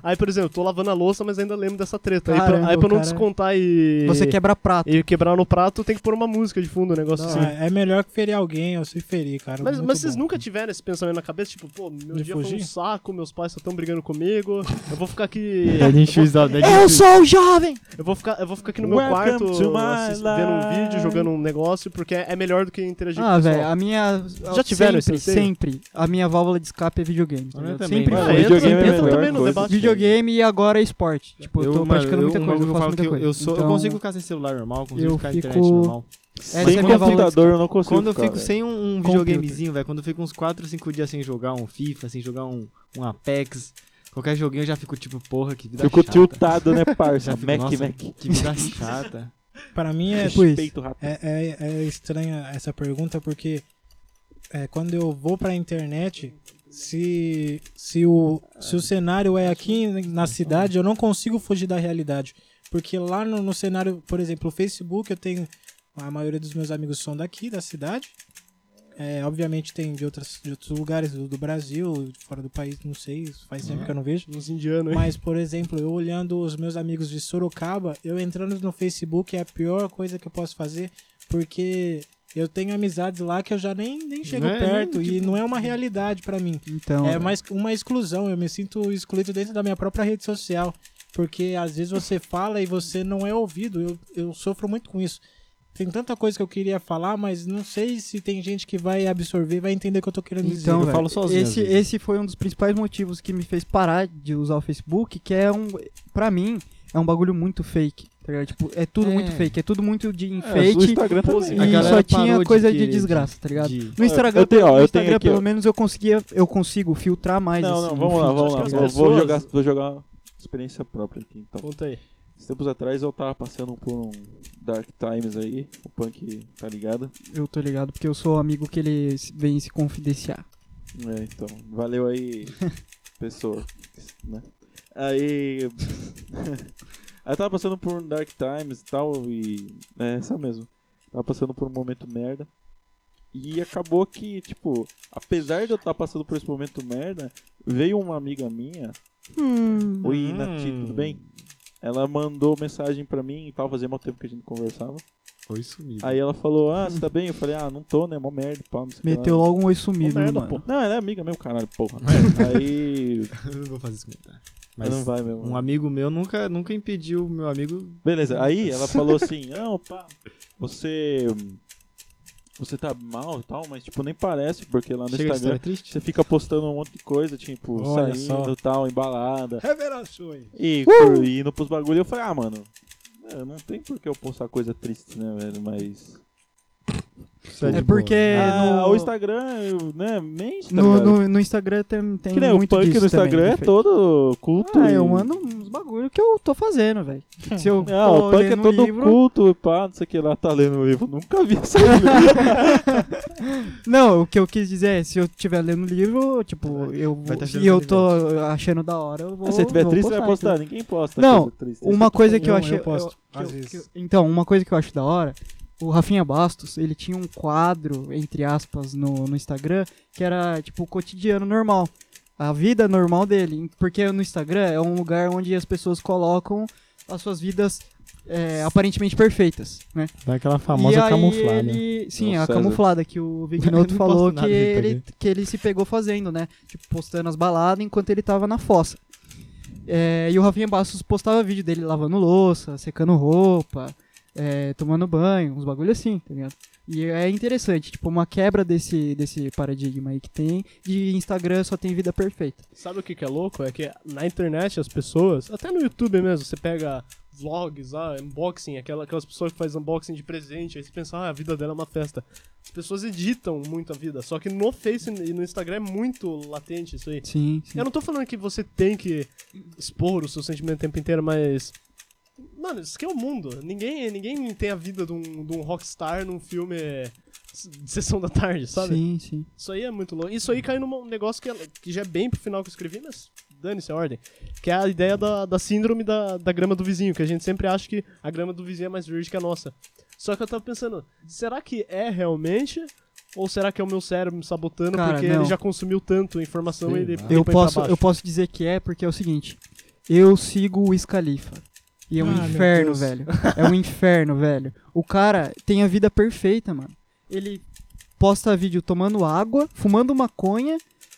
Speaker 8: aí, por exemplo, eu tô lavando a louça, mas ainda lembro dessa treta. Aí pra-
Speaker 7: Caramba,
Speaker 8: aí, pra eu não
Speaker 7: cara.
Speaker 8: descontar e.
Speaker 7: Você quebra prato.
Speaker 8: E quebrar no prato, tem que pôr uma música de fundo, um negócio
Speaker 4: Não,
Speaker 8: assim.
Speaker 4: é é melhor que ferir alguém ou se ferir, cara.
Speaker 8: Mas,
Speaker 4: É muito
Speaker 8: mas vocês
Speaker 4: bom.
Speaker 8: nunca tiveram esse pensamento na cabeça, tipo, pô, meu
Speaker 4: De
Speaker 8: dia foi um
Speaker 4: fugir?
Speaker 8: saco, meus pais só estão brigando comigo, eu vou ficar aqui.
Speaker 5: Dead Shoes da Dead
Speaker 7: Eu sou jovem!
Speaker 8: Eu vou ficar, eu vou ficar aqui no meu
Speaker 6: Welcome
Speaker 8: quarto
Speaker 6: to my
Speaker 8: assist- vendo um
Speaker 6: life.
Speaker 8: vídeo, jogando um negócio, porque é é melhor do que interagir com
Speaker 7: Ah,
Speaker 8: o pessoal.
Speaker 7: velho, a minha.
Speaker 8: Já tiveram esse
Speaker 7: sempre,
Speaker 8: anseio?
Speaker 7: sempre. A minha válvula de escape é videogame. tá
Speaker 5: A minha
Speaker 7: ligado?
Speaker 5: também,
Speaker 7: sempre
Speaker 5: mano.
Speaker 7: foi.
Speaker 8: Ah, entra,
Speaker 6: videogame é
Speaker 8: entra
Speaker 6: melhor
Speaker 8: também no
Speaker 6: coisa.
Speaker 8: debate.
Speaker 7: Videogame e agora é esporte. Tipo, eu tô
Speaker 5: mano,
Speaker 7: praticando muita
Speaker 5: um
Speaker 7: coisa,
Speaker 5: bagulho
Speaker 7: eu
Speaker 5: falo
Speaker 7: faço
Speaker 5: que
Speaker 7: muita
Speaker 5: eu-
Speaker 7: coisa.
Speaker 5: Eu, sou, eu
Speaker 7: Então,
Speaker 5: consigo ficar sem celular normal, consigo
Speaker 7: eu
Speaker 5: ficar
Speaker 7: fico-
Speaker 5: internet normal.
Speaker 7: essa é
Speaker 6: sem
Speaker 7: a minha válvula de
Speaker 6: computador eu não consigo.
Speaker 5: Quando eu
Speaker 6: ficar,
Speaker 5: fico
Speaker 6: velho.
Speaker 5: sem um, um
Speaker 7: Computer.
Speaker 5: videogamezinho, velho, quando eu fico uns 4, 5 dias sem jogar um FIFA, sem jogar um, um Apex, qualquer joguinho eu já fico tipo, porra, que vida
Speaker 6: Fico
Speaker 5: chata. *laughs*
Speaker 6: tiltado, né, parça?
Speaker 5: Já fico,
Speaker 6: Mac,
Speaker 5: nossa,
Speaker 6: Mac.
Speaker 5: Que vida *laughs* chata.
Speaker 4: Pra mim é
Speaker 7: Tipo isso.
Speaker 6: Peito rápido.
Speaker 4: É, é, é estranha essa pergunta porque é, quando eu vou pra internet, se, se, o, se o cenário é aqui na cidade, eu não consigo fugir da realidade. Porque lá no, no cenário, por exemplo, o Facebook, eu tenho. A maioria dos meus amigos são daqui, da cidade. É, obviamente tem de, outras, de outros lugares, do, do Brasil, fora do país, não sei, faz tempo que eu não vejo.
Speaker 8: Uns indianos, hein?
Speaker 4: Mas, por exemplo, eu olhando os meus amigos de Sorocaba, eu entrando no Facebook é a pior coisa que eu posso fazer, porque eu tenho amizades lá que eu já nem, nem chego
Speaker 5: Né?
Speaker 4: perto e não é uma realidade pra mim.
Speaker 7: Então.
Speaker 4: é mais uma exclusão, eu me sinto excluído dentro da minha própria rede social, porque às vezes você fala e você não é ouvido, eu, eu sofro muito com isso. Tem tanta coisa que eu queria falar, mas não sei se tem gente que vai absorver, vai entender o que eu tô querendo dizer.
Speaker 7: Então,
Speaker 5: eu
Speaker 7: velho,
Speaker 5: falo sozinho,
Speaker 7: Esse,
Speaker 5: às vezes.
Speaker 7: esse foi um dos principais motivos que me fez parar de usar o Facebook, que é um. Pra mim, é um bagulho muito fake. Tá ligado? Tipo, é tudo
Speaker 5: É.
Speaker 7: muito fake. É tudo muito de
Speaker 6: É, o
Speaker 7: enfeite.
Speaker 6: Instagram também.
Speaker 5: A
Speaker 7: e
Speaker 5: galera parou
Speaker 7: só tinha
Speaker 5: de
Speaker 7: coisa de,
Speaker 5: que-
Speaker 7: desgraça, tá ligado?
Speaker 5: de-
Speaker 7: No Instagram,
Speaker 6: Eu tenho,
Speaker 7: no
Speaker 6: ó, eu tenho
Speaker 7: Instagram
Speaker 6: aqui, ó.
Speaker 7: pelo menos eu conseguia, eu consigo filtrar mais.
Speaker 6: Não,
Speaker 7: assim,
Speaker 6: não,
Speaker 7: o
Speaker 6: vamos lá,
Speaker 7: filtro,
Speaker 6: vamos
Speaker 7: tá
Speaker 6: lá.
Speaker 7: ligado?
Speaker 6: Eu vou
Speaker 8: pessoas-
Speaker 6: jogar, vou jogar uma experiência própria aqui, então.
Speaker 8: Conta aí.
Speaker 6: Esses tempos atrás eu tava passando por um Dark Times aí, o punk tá ligado.
Speaker 7: Eu tô ligado, porque eu sou o amigo que ele se- vem se confidenciar.
Speaker 6: É, então, valeu aí, pessoa, né? Aí. *laughs* aí eu tava passando por um Dark Times e tal, e. É, essa mesmo. Tava passando por um momento merda. E acabou que, tipo, apesar de eu estar passando por esse momento merda, veio uma amiga minha. Oi, Nati, tudo bem? Ela mandou mensagem pra mim e tal, fazia mal tempo que a gente conversava.
Speaker 5: Foi sumido.
Speaker 6: Aí ela falou, ah, você tá bem? Eu falei, ah, não tô, né? Mó merda, pá, não sei o que lá.
Speaker 7: Meteu logo um oi sumido,
Speaker 8: merda,
Speaker 7: mano.
Speaker 6: Não, ela é amiga mesmo, caralho, porra. Aí.
Speaker 5: *laughs* Eu não vou fazer esse comentário.
Speaker 6: Mas
Speaker 5: Mas
Speaker 6: não vai mesmo.
Speaker 5: um amigo meu nunca, nunca impediu meu amigo.
Speaker 6: Beleza, aí ela falou
Speaker 7: *laughs*
Speaker 6: assim, não, pá, você. Você tá mal e tal, mas tipo, nem parece, porque lá no
Speaker 5: Chega de
Speaker 6: Instagram
Speaker 5: história triste.
Speaker 6: você fica postando um monte de coisa, tipo,
Speaker 4: Olha
Speaker 6: saindo
Speaker 4: só.
Speaker 6: e tal, embalada.
Speaker 4: Revelações.
Speaker 6: E
Speaker 7: Uh!
Speaker 6: por, e indo pros bagulho, eu falei, ah, mano, é, não tem por que eu postar coisa triste, né, velho? Mas.
Speaker 5: Tá
Speaker 7: É
Speaker 5: né?
Speaker 7: porque
Speaker 6: ah,
Speaker 7: no,
Speaker 6: o Instagram, eu, né, mente.
Speaker 7: no, no, no Instagram tem, tem
Speaker 6: que nem o
Speaker 7: muito
Speaker 6: punk
Speaker 7: disso
Speaker 6: do Instagram
Speaker 7: também,
Speaker 6: é todo culto.
Speaker 7: Ah, eu
Speaker 6: e-
Speaker 7: mando uns bagulho que eu tô fazendo,
Speaker 6: *laughs*
Speaker 7: velho. Se eu
Speaker 6: Não, o
Speaker 7: tô
Speaker 6: punk é
Speaker 7: lendo um
Speaker 6: todo
Speaker 7: livro...
Speaker 6: culto e pá, não sei o que lá, tá lendo o livro. Nunca vi
Speaker 7: *laughs*
Speaker 6: essa livro.
Speaker 7: Não, o que eu quis dizer é, se eu estiver lendo livro, tipo, eu vou,
Speaker 5: vai tá achando
Speaker 7: e eu
Speaker 5: que
Speaker 7: tô achando da hora, eu vou
Speaker 6: Ah, Se você tiver
Speaker 7: vou
Speaker 6: triste, você vai
Speaker 7: postar, então.
Speaker 6: postar. tá Ninguém posta
Speaker 7: Não,
Speaker 6: coisa triste.
Speaker 7: entendeu? Uma coisa que eu
Speaker 4: Eu-
Speaker 7: achei...
Speaker 4: eu posto,
Speaker 7: que eu-
Speaker 4: às
Speaker 7: que eu-
Speaker 4: vezes.
Speaker 7: então, uma coisa que eu acho da hora o Rafinha Bastos, ele tinha um quadro, entre aspas, no, no Instagram, que era tipo o cotidiano normal. A vida normal dele. Porque no Instagram é um lugar onde as pessoas colocam as suas vidas é, aparentemente perfeitas, né?
Speaker 5: Vai aquela famosa camuflada.
Speaker 7: Ele... Sim,
Speaker 6: Ô,
Speaker 7: a
Speaker 6: César.
Speaker 7: camuflada que
Speaker 5: *laughs*
Speaker 7: o
Speaker 5: Eu não
Speaker 7: Vignoto
Speaker 5: posso
Speaker 7: falou que
Speaker 5: nada disso
Speaker 7: ele,
Speaker 5: aqui.
Speaker 7: que ele se pegou fazendo, né? Tipo, postando as baladas enquanto ele tava na fossa. É, e o Rafinha Bastos postava vídeo dele lavando louça, secando roupa, é, tomando banho, uns bagulho assim, tá ligado? E é interessante, tipo, uma quebra desse, desse paradigma aí que tem de Instagram só tem vida perfeita.
Speaker 8: Sabe o que, que é louco? É que na internet as pessoas, até no YouTube mesmo, você pega vlogs, ah, unboxing, aquela, aquelas pessoas que fazem unboxing de presente, aí você pensa, ah, a vida dela é uma festa. As pessoas editam muito a vida, só que no Face e no Instagram é muito latente isso aí.
Speaker 7: Sim, sim.
Speaker 8: Eu não tô falando que você tem que expor o seu sentimento o tempo inteiro, mas. Mano, isso aqui é o mundo. Ninguém, ninguém tem a vida de um, de um rockstar num filme de sessão da tarde, sabe?
Speaker 7: Sim, sim.
Speaker 8: Isso aí é muito louco. Isso aí cai num negócio que, é- que já é bem pro final que eu escrevi, mas dane-se a ordem. Que é a ideia da, da síndrome da, da grama do vizinho, que a gente sempre acha que a grama do vizinho é mais verde que a nossa. Só que eu tava pensando, será que é realmente? Ou será que é o meu cérebro me sabotando
Speaker 7: Cara,
Speaker 8: porque
Speaker 7: não.
Speaker 8: ele já consumiu tanto informação
Speaker 5: Sei
Speaker 8: e ele
Speaker 5: lá.
Speaker 8: põe
Speaker 7: Eu
Speaker 8: pra
Speaker 7: posso,
Speaker 8: baixo?
Speaker 7: eu posso dizer que é porque é o seguinte: eu sigo o Scalifa. E é um
Speaker 4: Ah, meu
Speaker 7: inferno,
Speaker 4: Deus.
Speaker 7: velho. É um inferno, *laughs* velho. O cara tem a vida perfeita, mano. Ele posta vídeo tomando água, fumando maconha,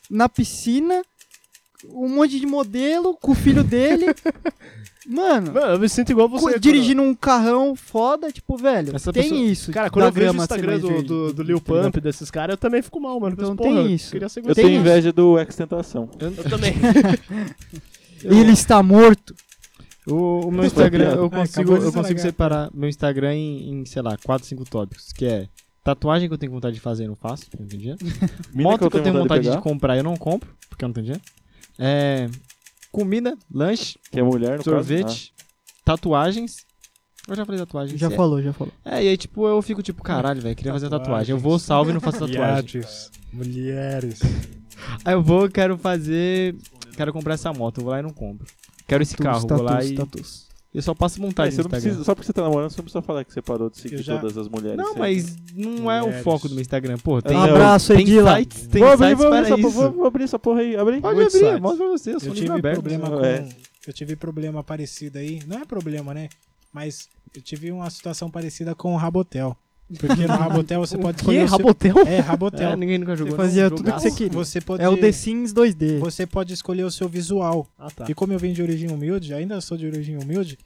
Speaker 7: na piscina, um monte de modelo com o
Speaker 8: *laughs*
Speaker 7: filho dele. mano,
Speaker 8: Mano, eu me sinto igual você.
Speaker 7: co-
Speaker 8: quando-
Speaker 7: dirigindo um carrão foda, tipo, velho.
Speaker 5: Essa
Speaker 7: tem
Speaker 5: pessoa-
Speaker 7: isso.
Speaker 8: Cara,
Speaker 7: da
Speaker 8: quando eu vejo o
Speaker 7: grama ser
Speaker 8: Instagram
Speaker 7: mais
Speaker 8: do,
Speaker 7: verde,
Speaker 8: do, do Lil
Speaker 7: tá ligado?
Speaker 8: Pump, desses caras, eu também fico mal, mano.
Speaker 7: Então
Speaker 8: Penso, porra,
Speaker 7: tem isso.
Speaker 8: Queria ser
Speaker 6: Eu
Speaker 8: igual-
Speaker 7: Tem
Speaker 6: tenho
Speaker 7: isso.
Speaker 6: inveja do ex tentação.
Speaker 8: Eu também.
Speaker 7: Ele está morto.
Speaker 5: O, o meu Instagram, eu
Speaker 4: acabou
Speaker 5: consigo,
Speaker 4: de
Speaker 5: eu
Speaker 4: estragar.
Speaker 5: consigo separar meu Instagram em, em, sei lá, 4, 5 tópicos, que é tatuagem que eu tenho vontade de fazer, eu não faço, porque eu não tenho dinheiro.
Speaker 6: Mina
Speaker 5: Moto que eu tenho vontade de,
Speaker 6: pegar,
Speaker 5: comprar, eu não compro, porque eu não tenho dinheiro. É, comida, lanche,
Speaker 6: Que é mulher, no caso. né?
Speaker 5: sorvete, tatuagens. Eu já falei tatuagem.
Speaker 7: Já
Speaker 5: é.
Speaker 7: falou, já falou.
Speaker 5: É, e aí tipo, eu fico tipo, caralho, velho, queria fazer tatuagem. Eu vou,
Speaker 4: Tatuagens.
Speaker 5: salve e não faço tatuagem.
Speaker 4: Iates, mulheres.
Speaker 5: Aí eu vou, quero fazer. Quero comprar essa moto, eu vou lá e não compro. Quero esse
Speaker 7: Tatus,
Speaker 5: carro, vou lá
Speaker 7: tatus,
Speaker 5: e.
Speaker 7: tatus.
Speaker 5: Eu só passo
Speaker 6: Ah,
Speaker 5: montagem
Speaker 6: é,
Speaker 5: no
Speaker 6: você não
Speaker 5: Instagram.
Speaker 6: precisa, só porque você tá namorando, você não precisa falar que você parou de seguir
Speaker 4: Eu já-
Speaker 6: todas as mulheres.
Speaker 5: Não,
Speaker 6: Você-
Speaker 5: mas não é o
Speaker 4: Mulheres.
Speaker 5: foco do meu Instagram. Porra, tem,
Speaker 7: Um
Speaker 6: Não,
Speaker 7: abraço,
Speaker 5: tem
Speaker 7: Edila.
Speaker 5: sites, tem
Speaker 6: Vou abrir,
Speaker 5: sites
Speaker 6: vou, abrir
Speaker 5: para
Speaker 6: essa,
Speaker 5: isso. é
Speaker 6: porra- vou abrir essa porra aí. Abre aí.
Speaker 5: Pode
Speaker 6: Muitos
Speaker 5: abrir,
Speaker 6: sites.
Speaker 5: mostra pra você,
Speaker 8: um
Speaker 5: eu sou
Speaker 4: Eu
Speaker 5: livre
Speaker 4: tive
Speaker 5: aberto.
Speaker 4: problema
Speaker 6: né?
Speaker 4: com.
Speaker 6: É.
Speaker 4: Eu tive problema parecido aí. Não é problema, né? Mas eu tive uma situação parecida com o Rabotel. Porque no
Speaker 8: *laughs*
Speaker 4: Rabotel você pode
Speaker 8: Que?
Speaker 4: escolher. o seu-
Speaker 8: Rabotel?
Speaker 4: É, Rabotel.
Speaker 5: É, ninguém nunca
Speaker 7: Você
Speaker 5: jogou.
Speaker 7: fazia
Speaker 5: não,
Speaker 7: tudo que
Speaker 5: jogaço.
Speaker 7: você queria.
Speaker 4: Você pode,
Speaker 7: É o The Sims 2D.
Speaker 4: você pode escolher o seu visual.
Speaker 8: Ah, tá.
Speaker 4: E como eu vim de origem humilde, ainda sou de origem humilde,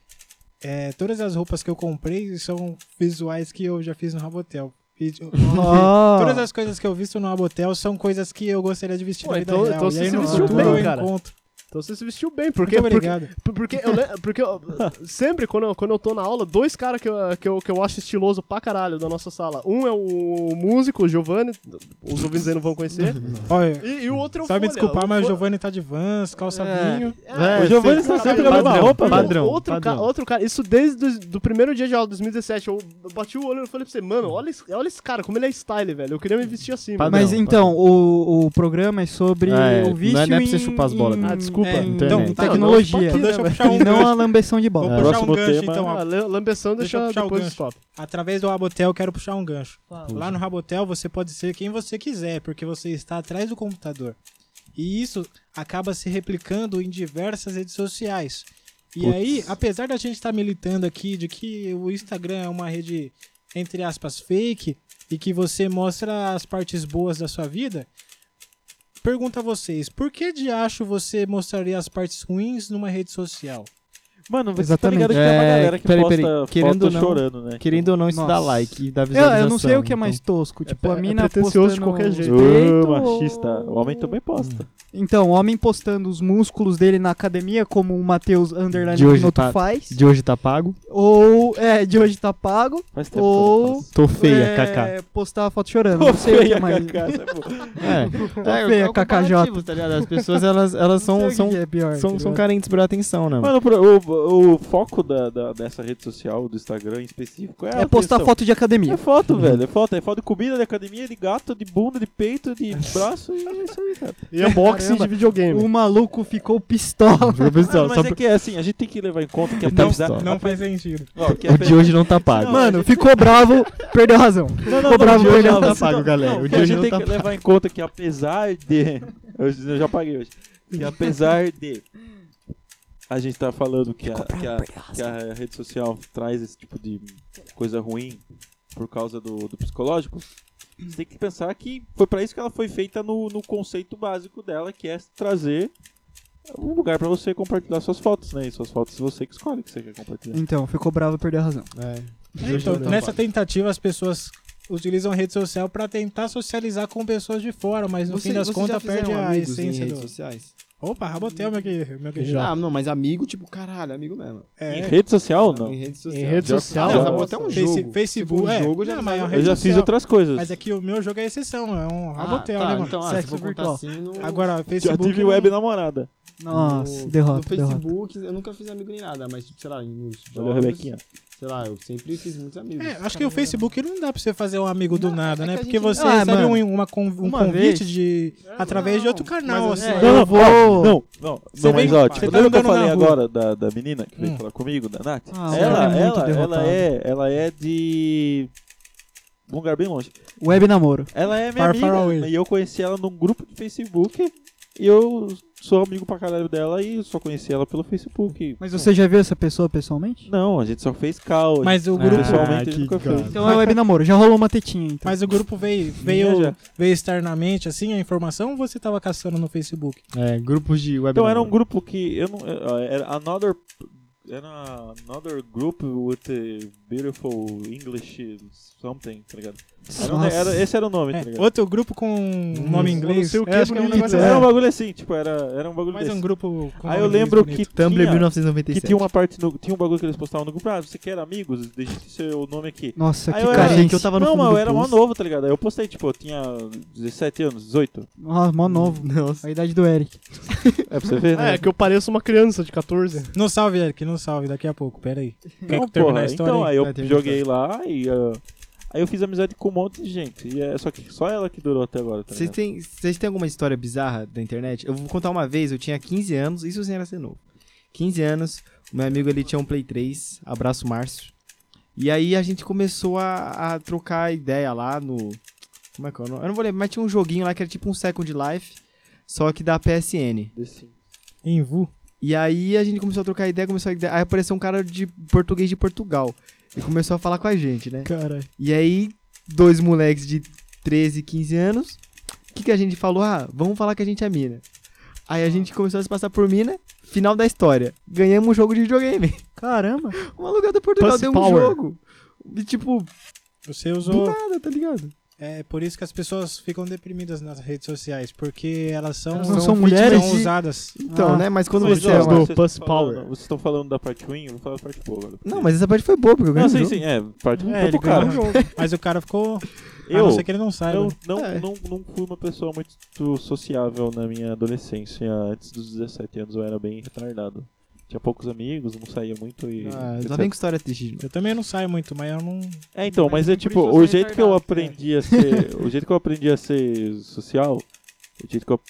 Speaker 4: é, todas as roupas que eu comprei são visuais que eu já fiz no Rabotel. E-
Speaker 7: Ah.
Speaker 8: Ah.
Speaker 7: Ó.
Speaker 4: Todas as coisas que eu visto no Rabotel são coisas que eu gostaria de vestir
Speaker 8: Pô,
Speaker 4: na vida
Speaker 8: então-
Speaker 4: real.
Speaker 8: então
Speaker 4: e
Speaker 8: você
Speaker 4: aí
Speaker 8: se
Speaker 4: no
Speaker 8: vestiu
Speaker 4: futuro
Speaker 8: bem,
Speaker 4: eu
Speaker 8: cara.
Speaker 4: encontro.
Speaker 8: Então você se vestiu bem,
Speaker 4: Muito
Speaker 8: porque, porque,
Speaker 4: obrigado.
Speaker 8: Por- Porque eu, le- porque eu- sempre quando eu, quando eu tô na aula, dois caras que eu, que, eu, que eu acho estiloso pra caralho da nossa sala. Um é o músico, o Giovanni, os ouvintes aí não vão conhecer.
Speaker 4: Olha,
Speaker 8: E, e o outro é o
Speaker 7: Então
Speaker 4: Só me
Speaker 8: Folha.
Speaker 4: desculpar,
Speaker 8: O
Speaker 4: mas o
Speaker 8: Folha-
Speaker 4: Giovanni tá de Vans, calça
Speaker 7: É.
Speaker 4: vinho.
Speaker 8: É,
Speaker 6: O Giovanni está
Speaker 8: Caralho,
Speaker 6: sempre na mesma
Speaker 5: padrão,
Speaker 6: roupa, velho.
Speaker 5: padrão,
Speaker 8: outro,
Speaker 5: padrão.
Speaker 8: Cara, outro cara, isso desde o do primeiro dia de aula, 2017. Eu bati o olho e falei pra você, mano, olha esse, olha esse cara, como ele é style, velho. Eu queria me vestir assim.
Speaker 5: Padrão.
Speaker 8: mano.
Speaker 7: Mas então, o, o programa é sobre
Speaker 5: Ah, é.
Speaker 7: o vício
Speaker 5: Não é- não é pra
Speaker 7: em-
Speaker 5: você chupar as bolas,
Speaker 7: em-
Speaker 5: né?
Speaker 8: Ah, desculpa.
Speaker 7: é,
Speaker 5: Internet.
Speaker 7: Então,
Speaker 5: Não,
Speaker 7: tecnologia.
Speaker 4: Então deixa eu puxar um
Speaker 7: *laughs* E né, não
Speaker 5: *laughs*
Speaker 7: a
Speaker 4: gancho.
Speaker 7: lambeção de bola.
Speaker 4: Vou puxar um
Speaker 6: né? Próximo
Speaker 4: gancho,
Speaker 6: tema.
Speaker 4: então. ó.
Speaker 8: Ah, la- lambeção
Speaker 4: Deixa eu
Speaker 8: deixa,
Speaker 4: puxar o
Speaker 8: depois
Speaker 4: gancho.
Speaker 8: stop.
Speaker 4: Através do Rabotel, eu quero puxar um gancho. Lá no Rabotel, você pode ser quem você quiser, porque você está atrás do computador. E isso acaba se replicando em diversas redes sociais. E
Speaker 5: Putz.
Speaker 4: aí, apesar da gente estar militando aqui de que o Instagram é uma rede, entre aspas, fake, e que você mostra as partes boas da sua vida, pergunto a vocês, por que de acho você mostraria as partes ruins numa rede social?
Speaker 6: Mano, você tá
Speaker 7: Exatamente.
Speaker 6: ligado que tem uma
Speaker 5: É,
Speaker 6: galera que
Speaker 5: peraí,
Speaker 6: posta
Speaker 5: peraí.
Speaker 6: foto
Speaker 5: Querendo ou não-
Speaker 6: chorando, né?
Speaker 5: Querendo ou não, isso dá
Speaker 7: Nossa.
Speaker 5: like e dá
Speaker 7: Eu,
Speaker 5: visualização.
Speaker 7: eu não sei o que é
Speaker 5: então.
Speaker 7: mais tosco. Tipo,
Speaker 8: é
Speaker 7: a mina
Speaker 8: pretensioso
Speaker 7: postando... um
Speaker 8: de qualquer jeito.
Speaker 7: os peitos
Speaker 6: Ô, machista.
Speaker 7: ou-
Speaker 6: O homem também posta.
Speaker 7: Então, o homem postando os músculos dele na academia, como o Matheus Underline
Speaker 5: De hoje
Speaker 7: Binotto
Speaker 5: tá-
Speaker 7: faz.
Speaker 5: De hoje tá pago?
Speaker 7: Ou, é, de hoje tá pago.
Speaker 6: Faz tempo que eu não
Speaker 7: Ou...
Speaker 6: faço.
Speaker 5: Tô feia,
Speaker 7: é,
Speaker 5: *laughs* Kaká.
Speaker 7: Postar a foto chorando. não sei o que é mais.
Speaker 6: Cacá, isso é bom.
Speaker 5: É.
Speaker 7: Tô feia,
Speaker 5: o
Speaker 7: KKJ.
Speaker 5: comparativo, tá ligado? As pessoas, elas, elas
Speaker 7: Não sei
Speaker 5: são,
Speaker 7: o que
Speaker 5: são,
Speaker 7: que é pior, tá
Speaker 5: são, são
Speaker 7: ligado?
Speaker 5: carentes por atenção, né? mano?
Speaker 6: Mano, pro- o, o foco da, da- dessa rede social, do Instagram em específico, é, a
Speaker 7: É postar
Speaker 6: atenção.
Speaker 7: foto de
Speaker 6: É
Speaker 7: academia.
Speaker 6: foto,
Speaker 5: Uhum.
Speaker 6: velho. É foto. É foto de comida, de academia, de gato, de bunda, de peito, de braço e é isso aí,
Speaker 5: *laughs*
Speaker 6: cara.
Speaker 8: E unboxing de videogame.
Speaker 7: O maluco ficou pistola.
Speaker 5: Viu, pessoal?
Speaker 6: Mano, mas
Speaker 5: Só
Speaker 6: é
Speaker 5: pra-
Speaker 6: que é assim, a gente tem que levar em conta que a
Speaker 5: Então,
Speaker 6: publicidade.
Speaker 5: só.
Speaker 4: Não faz sentido.
Speaker 6: Ó, que é
Speaker 5: O de hoje não tá pago.
Speaker 7: Mano, ficou bravo, perdeu a razão.
Speaker 6: não,
Speaker 7: ficou bravo,
Speaker 6: o de hoje
Speaker 7: perdeu a
Speaker 6: não
Speaker 5: tá
Speaker 7: razão.
Speaker 5: pago, galera.
Speaker 6: então. Não,
Speaker 5: o
Speaker 6: que
Speaker 5: de
Speaker 6: a
Speaker 5: hoje
Speaker 6: gente
Speaker 5: não
Speaker 6: tem
Speaker 5: tá
Speaker 6: que levar em conta que apesar de. *laughs* Eu já paguei hoje. Que apesar de. A gente tá falando que a, que,
Speaker 5: um
Speaker 6: a, que a rede social traz esse tipo de coisa ruim por causa do, do psicológico. Você tem que pensar que foi pra isso que ela foi feita no, no conceito básico dela, que é trazer um lugar pra você compartilhar suas fotos, né? E suas fotos você que escolhe o que você quer compartilhar.
Speaker 7: Então, ficou bravo, perdeu a razão.
Speaker 4: É, então, nessa tentativa, as pessoas utilizam rede social pra tentar socializar com pessoas de fora, mas no fim das contas perde
Speaker 5: um
Speaker 4: a essência
Speaker 5: redes
Speaker 4: do.
Speaker 5: sociais?
Speaker 4: Opa, Rabotel, meu, que, meu queijão.
Speaker 5: Ah, não, mas amigo, tipo, caralho, amigo mesmo.
Speaker 6: Em
Speaker 4: é,
Speaker 6: rede social, não.
Speaker 5: Em rede social.
Speaker 8: Em rede
Speaker 6: Já-
Speaker 8: social,
Speaker 6: já-
Speaker 8: tá
Speaker 5: acabou
Speaker 8: bom.
Speaker 5: até um
Speaker 4: Face-
Speaker 5: jogo.
Speaker 4: Facebook,
Speaker 5: Se for um
Speaker 4: é.
Speaker 5: jogo, já
Speaker 4: Não,
Speaker 5: não
Speaker 4: mas é uma
Speaker 5: sabe.
Speaker 6: Eu
Speaker 4: rede
Speaker 6: já fiz
Speaker 4: social.
Speaker 6: outras coisas.
Speaker 4: Mas é que o meu jogo é exceção, é um Rabotel,
Speaker 5: Ah, tá,
Speaker 4: né, mano?
Speaker 5: Então, ah, se
Speaker 4: Sexo
Speaker 5: for contar
Speaker 4: virtual.
Speaker 5: assim, no-
Speaker 4: Agora,
Speaker 6: Já
Speaker 4: Facebook.
Speaker 6: tive web namorada.
Speaker 7: Nossa,
Speaker 5: no-
Speaker 7: derrota,
Speaker 5: No
Speaker 7: derrota.
Speaker 5: Facebook, eu nunca fiz amigo nem nada, mas, tipo, sei lá, nos
Speaker 6: Valeu,
Speaker 5: jogos,
Speaker 6: Rebequinha.
Speaker 5: Sei lá, eu sempre fiz muitos amigos.
Speaker 4: É, acho que o Facebook não dá pra você fazer um amigo do nada, né?
Speaker 5: é que a
Speaker 4: Porque
Speaker 5: gente-
Speaker 4: você
Speaker 7: Ah,
Speaker 4: recebe
Speaker 7: mano,
Speaker 4: um, uma con- um
Speaker 7: uma
Speaker 4: convite
Speaker 7: vez-
Speaker 4: de através de outro canal,
Speaker 5: mas
Speaker 4: assim.
Speaker 5: eu- é,
Speaker 4: Não,
Speaker 7: Eu vou.
Speaker 6: Não, não,
Speaker 4: Você
Speaker 6: não mas
Speaker 4: vem-
Speaker 6: ó,
Speaker 4: você
Speaker 6: tipo,
Speaker 4: tá
Speaker 6: lembra que eu
Speaker 4: andando na
Speaker 6: falei
Speaker 4: rua.
Speaker 6: agora da, da menina que veio
Speaker 4: Hum.
Speaker 6: falar comigo, da Nath?
Speaker 7: Ah,
Speaker 6: ela,
Speaker 7: ela é muito
Speaker 6: ela,
Speaker 7: derrotada.
Speaker 6: ela, é, ela é de. um lugar bem longe.
Speaker 7: Web namoro.
Speaker 6: Ela é minha
Speaker 4: Far, far
Speaker 6: amiga.
Speaker 4: away.
Speaker 6: e eu conheci ela num grupo de Facebook. E eu sou amigo pra caralho dela e só conheci ela pelo Facebook.
Speaker 7: Mas você já viu essa pessoa pessoalmente?
Speaker 6: Não, a gente só fez cal.
Speaker 4: Mas o
Speaker 6: a gente-
Speaker 4: grupo.
Speaker 6: pessoalmente a gente
Speaker 5: É, que
Speaker 6: nunca fez.
Speaker 7: Então é web namoro, já rolou uma tetinha então.
Speaker 4: Mas o grupo veio,
Speaker 6: Minha
Speaker 4: veio,
Speaker 6: já.
Speaker 4: veio externamente, assim, a informação ou você tava caçando no Facebook?
Speaker 5: É, grupos de web
Speaker 6: Então era um
Speaker 5: namoro.
Speaker 6: grupo que. Eu não, eh, era another. Era another group with a beautiful English something, tá ligado? Era um-
Speaker 7: Nossa.
Speaker 6: era- esse era o nome,
Speaker 4: É,
Speaker 6: tá ligado?
Speaker 4: outro grupo com nome
Speaker 8: não
Speaker 4: inglês.
Speaker 8: sei o que,
Speaker 4: É, acho que era um
Speaker 8: bonito,
Speaker 4: negócio
Speaker 6: Era um
Speaker 4: assim.
Speaker 6: bagulho assim, tipo, era, era um bagulho
Speaker 4: Mais
Speaker 6: desse.
Speaker 4: um grupo com
Speaker 6: Aí
Speaker 4: nome
Speaker 6: eu
Speaker 4: inglês
Speaker 6: lembro
Speaker 4: bonito.
Speaker 6: que
Speaker 5: Tumblr
Speaker 6: tinha,
Speaker 5: 1997.
Speaker 6: que tinha uma parte no, tinha um bagulho que eles postavam no grupo, ah, você quer amigos? Deixa seu nome aqui.
Speaker 7: Nossa,
Speaker 6: Aí
Speaker 7: que
Speaker 6: eu era-
Speaker 7: carente.
Speaker 5: que eu tava no
Speaker 6: não,
Speaker 5: fundo
Speaker 6: mas eu
Speaker 5: do
Speaker 6: era mó
Speaker 5: poço.
Speaker 6: novo, tá ligado? Aí eu postei, tipo, eu tinha 17 anos, 18.
Speaker 7: Ah, mó novo.
Speaker 5: Nossa. tá
Speaker 7: A idade do Eric.
Speaker 6: É pra você
Speaker 4: *laughs* assim.
Speaker 6: ver,
Speaker 8: Ah,
Speaker 6: né?
Speaker 8: é que eu pareço uma criança de 14.
Speaker 4: Não salve, Eric, não salve, daqui a pouco,
Speaker 6: *laughs*
Speaker 4: peraí. Quer
Speaker 6: Não,
Speaker 4: que terminar
Speaker 6: porra,
Speaker 4: a história?
Speaker 6: Então,
Speaker 4: aí?
Speaker 6: aí eu
Speaker 5: Vai, termina a
Speaker 6: joguei lá e... ah, aí eu fiz amizade com um monte de gente. E é, só que só ela que durou até agora, tá
Speaker 5: Vocês
Speaker 6: ligado?
Speaker 5: têm, vocês têm alguma história bizarra da internet? Eu vou contar uma vez, eu tinha 15 anos, isso sem era ser novo. 15 anos, o meu amigo ele tinha um Play 3, abraço Márcio. E aí a gente começou a, a trocar ideia lá no. Como é que é o nome? Eu não vou lembrar, mas tinha um joguinho lá que era tipo um Second Life, só que da PSN.
Speaker 6: Desse-
Speaker 4: Invu.
Speaker 5: E aí a gente começou a trocar ideia, começou a ideia. Aí apareceu um cara de português de Portugal. E começou a falar com a gente, né?
Speaker 4: Cara,
Speaker 5: E aí, dois moleques de 13, 15 anos, o que, que a gente falou? Ah, vamos falar que a gente é mina. Aí a gente começou a se passar por mina, final da história. Ganhamos um jogo de videogame.
Speaker 7: Caramba.
Speaker 5: *laughs* O maluco do Portugal
Speaker 8: Pussy
Speaker 5: deu um
Speaker 8: power.
Speaker 5: jogo. E tipo,
Speaker 4: você
Speaker 5: do
Speaker 4: usou.
Speaker 5: nada, tá ligado?
Speaker 4: É por isso que as pessoas ficam deprimidas nas redes sociais, porque elas são,
Speaker 7: Elas não
Speaker 5: são
Speaker 4: mulheres
Speaker 5: mulheres
Speaker 4: são
Speaker 5: de-
Speaker 4: usadas.
Speaker 5: Então,
Speaker 7: Ah.
Speaker 5: né? Mas quando
Speaker 6: Mas,
Speaker 5: você
Speaker 6: ó,
Speaker 5: é
Speaker 8: do
Speaker 5: uma...
Speaker 6: vocês
Speaker 8: Puss
Speaker 6: estão falando-
Speaker 8: Power.
Speaker 6: Vocês estão falando da parte ruim, eu vou falar da parte boa agora. porque-
Speaker 5: Não, mas essa parte foi boa, porque eu ganhei
Speaker 6: Não,
Speaker 5: um
Speaker 6: sim,
Speaker 5: jogo.
Speaker 6: sim, é, parte ruim
Speaker 4: É,
Speaker 6: foi
Speaker 4: ele
Speaker 6: pro cara.
Speaker 4: ganhou Mas o cara ficou.
Speaker 5: Ah,
Speaker 4: Eu, a
Speaker 6: Eu,
Speaker 4: não ser que ele não saiba.
Speaker 6: Eu não,
Speaker 5: É.
Speaker 6: não, não fui uma pessoa muito sociável na minha adolescência. Antes dos 17 anos eu era bem retardado. Tinha poucos amigos, não saía muito e.
Speaker 5: Ah,
Speaker 6: etc.
Speaker 5: lá vem com história triste.
Speaker 4: Eu também não saio muito, mas eu não.
Speaker 6: É, então, mas é
Speaker 5: por
Speaker 6: tipo,
Speaker 5: isso
Speaker 6: o
Speaker 5: você é
Speaker 6: jeito que eu
Speaker 5: retardado,
Speaker 6: aprendi a ser. o jeito que eu aprendi a ser social, o jeito que eu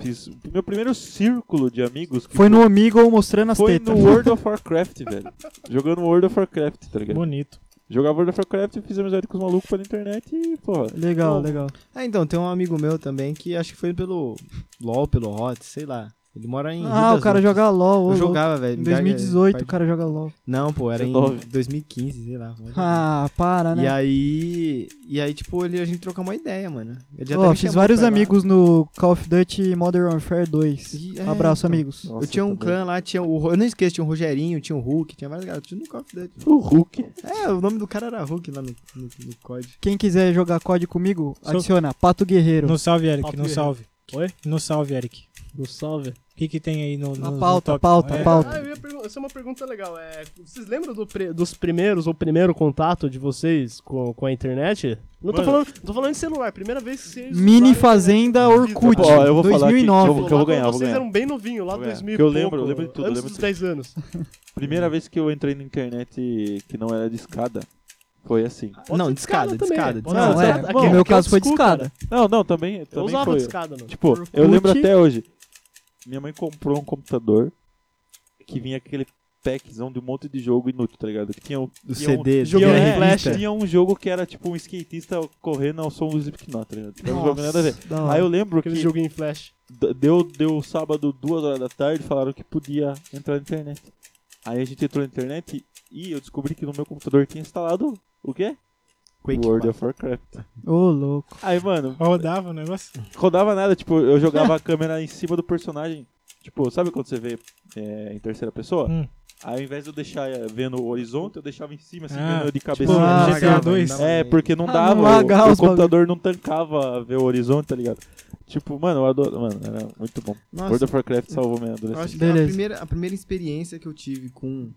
Speaker 6: fiz. O meu primeiro círculo de amigos que
Speaker 7: Foi no Omegle mostrando as
Speaker 6: foi
Speaker 7: tetas.
Speaker 6: no World of Warcraft, velho. Jogando World of Warcraft, tá ligado?
Speaker 4: Bonito.
Speaker 6: Jogava World of Warcraft, fiz amizade com os malucos pela internet e, porra.
Speaker 7: Legal,
Speaker 6: Bom.
Speaker 7: legal.
Speaker 5: Ah, então, tem um amigo meu também que acho que foi pelo LOL, pelo Hot, sei lá. Ele mora em. Rio
Speaker 7: Ah,
Speaker 5: das
Speaker 7: o cara
Speaker 5: Ostras.
Speaker 7: joga LOL. ô,
Speaker 5: Eu
Speaker 7: louco.
Speaker 5: jogava, velho.
Speaker 7: Em
Speaker 5: me
Speaker 7: 2018
Speaker 5: dá-
Speaker 7: o cara joga LOL.
Speaker 5: Não, pô, era em
Speaker 6: 19.
Speaker 5: 2015, sei lá. assim.
Speaker 7: Ah, para,
Speaker 5: E
Speaker 7: né?
Speaker 5: aí. E aí, tipo, ele, a gente trocou uma ideia, mano. Ele até
Speaker 7: Ó,
Speaker 5: me
Speaker 7: fiz
Speaker 5: chamou
Speaker 7: vários
Speaker 5: pra ir lá.
Speaker 7: amigos no Call of Duty Modern Warfare 2.
Speaker 5: E- é,
Speaker 7: Abraço,
Speaker 5: então.
Speaker 7: amigos.
Speaker 5: Eu tinha um clã lá, tinha o. Ro- Eu não esqueço, tinha o Rogerinho, tinha o Hulk, tinha vários caras. Tinha no Call of Duty.
Speaker 6: O Hulk.
Speaker 5: É, o nome do cara era Hulk lá no, no, no COD.
Speaker 7: Quem quiser jogar COD comigo,
Speaker 4: Sou-
Speaker 7: adiciona Pato Guerreiro.
Speaker 4: Não salve, Eric.
Speaker 8: Papo
Speaker 4: Não
Speaker 8: errado.
Speaker 4: salve.
Speaker 8: Oi?
Speaker 4: Não salve, Eric.
Speaker 8: No salve.
Speaker 4: O que, que tem aí no.
Speaker 7: Na
Speaker 4: no- no
Speaker 7: pauta,
Speaker 4: tópico?
Speaker 7: pauta,
Speaker 4: É,
Speaker 7: pauta.
Speaker 8: Ah, eu ia perguntar. Essa é uma pergunta legal. É, vocês lembram do pri- dos primeiros ou primeiro contato de vocês com, com a internet? Não tô
Speaker 6: Mano.
Speaker 8: falando, tô falando de celular. Primeira vez que vocês.
Speaker 5: né?
Speaker 7: Mini
Speaker 8: usaram
Speaker 7: Fazenda
Speaker 8: internet na vida.
Speaker 7: Orkut,
Speaker 6: Ó, eu vou falar aqui,
Speaker 7: 2009.
Speaker 6: que eu vou- que eu
Speaker 8: Lá quando
Speaker 6: ganhar, eu vou
Speaker 8: Vocês
Speaker 6: ganhar.
Speaker 8: eram bem novinhos, lá
Speaker 6: Vou ganhar.
Speaker 8: 2000
Speaker 6: Que eu
Speaker 8: e
Speaker 6: lembro,
Speaker 8: pouco,
Speaker 6: eu lembro de tudo, eu
Speaker 8: Antes
Speaker 6: lembro
Speaker 8: dos
Speaker 6: de
Speaker 8: 10 anos.
Speaker 6: Primeira vez que eu entrei na internet que não era de escada foi assim.
Speaker 8: Pode
Speaker 5: não,
Speaker 8: ser
Speaker 5: discada,
Speaker 8: também.
Speaker 5: discada,
Speaker 8: Pode ser
Speaker 5: discada.
Speaker 7: Não, é,
Speaker 8: discada.
Speaker 7: bom,
Speaker 8: Aqui-
Speaker 7: meu
Speaker 8: aqui eu
Speaker 7: caso foi
Speaker 8: discuto,
Speaker 7: discada.
Speaker 6: Não, não, também,
Speaker 8: Eu
Speaker 6: também
Speaker 8: usava
Speaker 6: foi.
Speaker 8: discada, mano.
Speaker 6: Tipo, eu lembro até hoje. Minha mãe comprou um computador que vinha aquele packzão de um monte de jogo inútil, tá ligado? Que tinha um,
Speaker 5: Do
Speaker 6: tinha um-
Speaker 5: CD,
Speaker 8: jogo
Speaker 5: tinha
Speaker 8: de
Speaker 5: a
Speaker 8: flecha.
Speaker 5: revista.
Speaker 6: tinha um jogo que era tipo um skatista correndo ao som do Slipknot, tá ligado? Tipo, era um jogo nada a ver.
Speaker 7: da hora.
Speaker 6: Aí eu lembro que
Speaker 8: Aquele jogo em flash.
Speaker 6: d- deu, deu sábado, duas horas da tarde, falaram que podia entrar na internet. Aí a gente entrou na internet e eu descobri que no meu computador tinha instalado o quê?
Speaker 5: Quake
Speaker 6: World
Speaker 5: 4.
Speaker 6: of Warcraft.
Speaker 7: Ô, louco.
Speaker 6: Aí, mano,
Speaker 4: Rodava o negócio.
Speaker 6: rodava nada, tipo, eu jogava a câmera em cima do personagem. Tipo, sabe quando você vê é, em terceira pessoa?
Speaker 4: Hum.
Speaker 6: Aí ao invés de eu deixar eh, vendo o horizonte, eu deixava em cima, assim,
Speaker 4: Ah,
Speaker 6: vendo eu de cabeça.
Speaker 4: Tipo,
Speaker 7: ah,
Speaker 6: Não
Speaker 4: GTA
Speaker 6: largava.
Speaker 4: 2.
Speaker 5: não.
Speaker 6: É, porque não
Speaker 7: Ah,
Speaker 6: dava,
Speaker 7: não
Speaker 6: o-
Speaker 7: largar
Speaker 6: o,
Speaker 7: os
Speaker 6: computador não tancava ver o horizonte, tá ligado? Tipo, mano, eu adoro, mano, era muito bom. World
Speaker 5: Nossa,
Speaker 6: of Warcraft salvou minha
Speaker 5: eu
Speaker 6: adolescência.
Speaker 5: acho que a
Speaker 7: Beleza.
Speaker 5: primeira, a primeira experiência que eu tive com,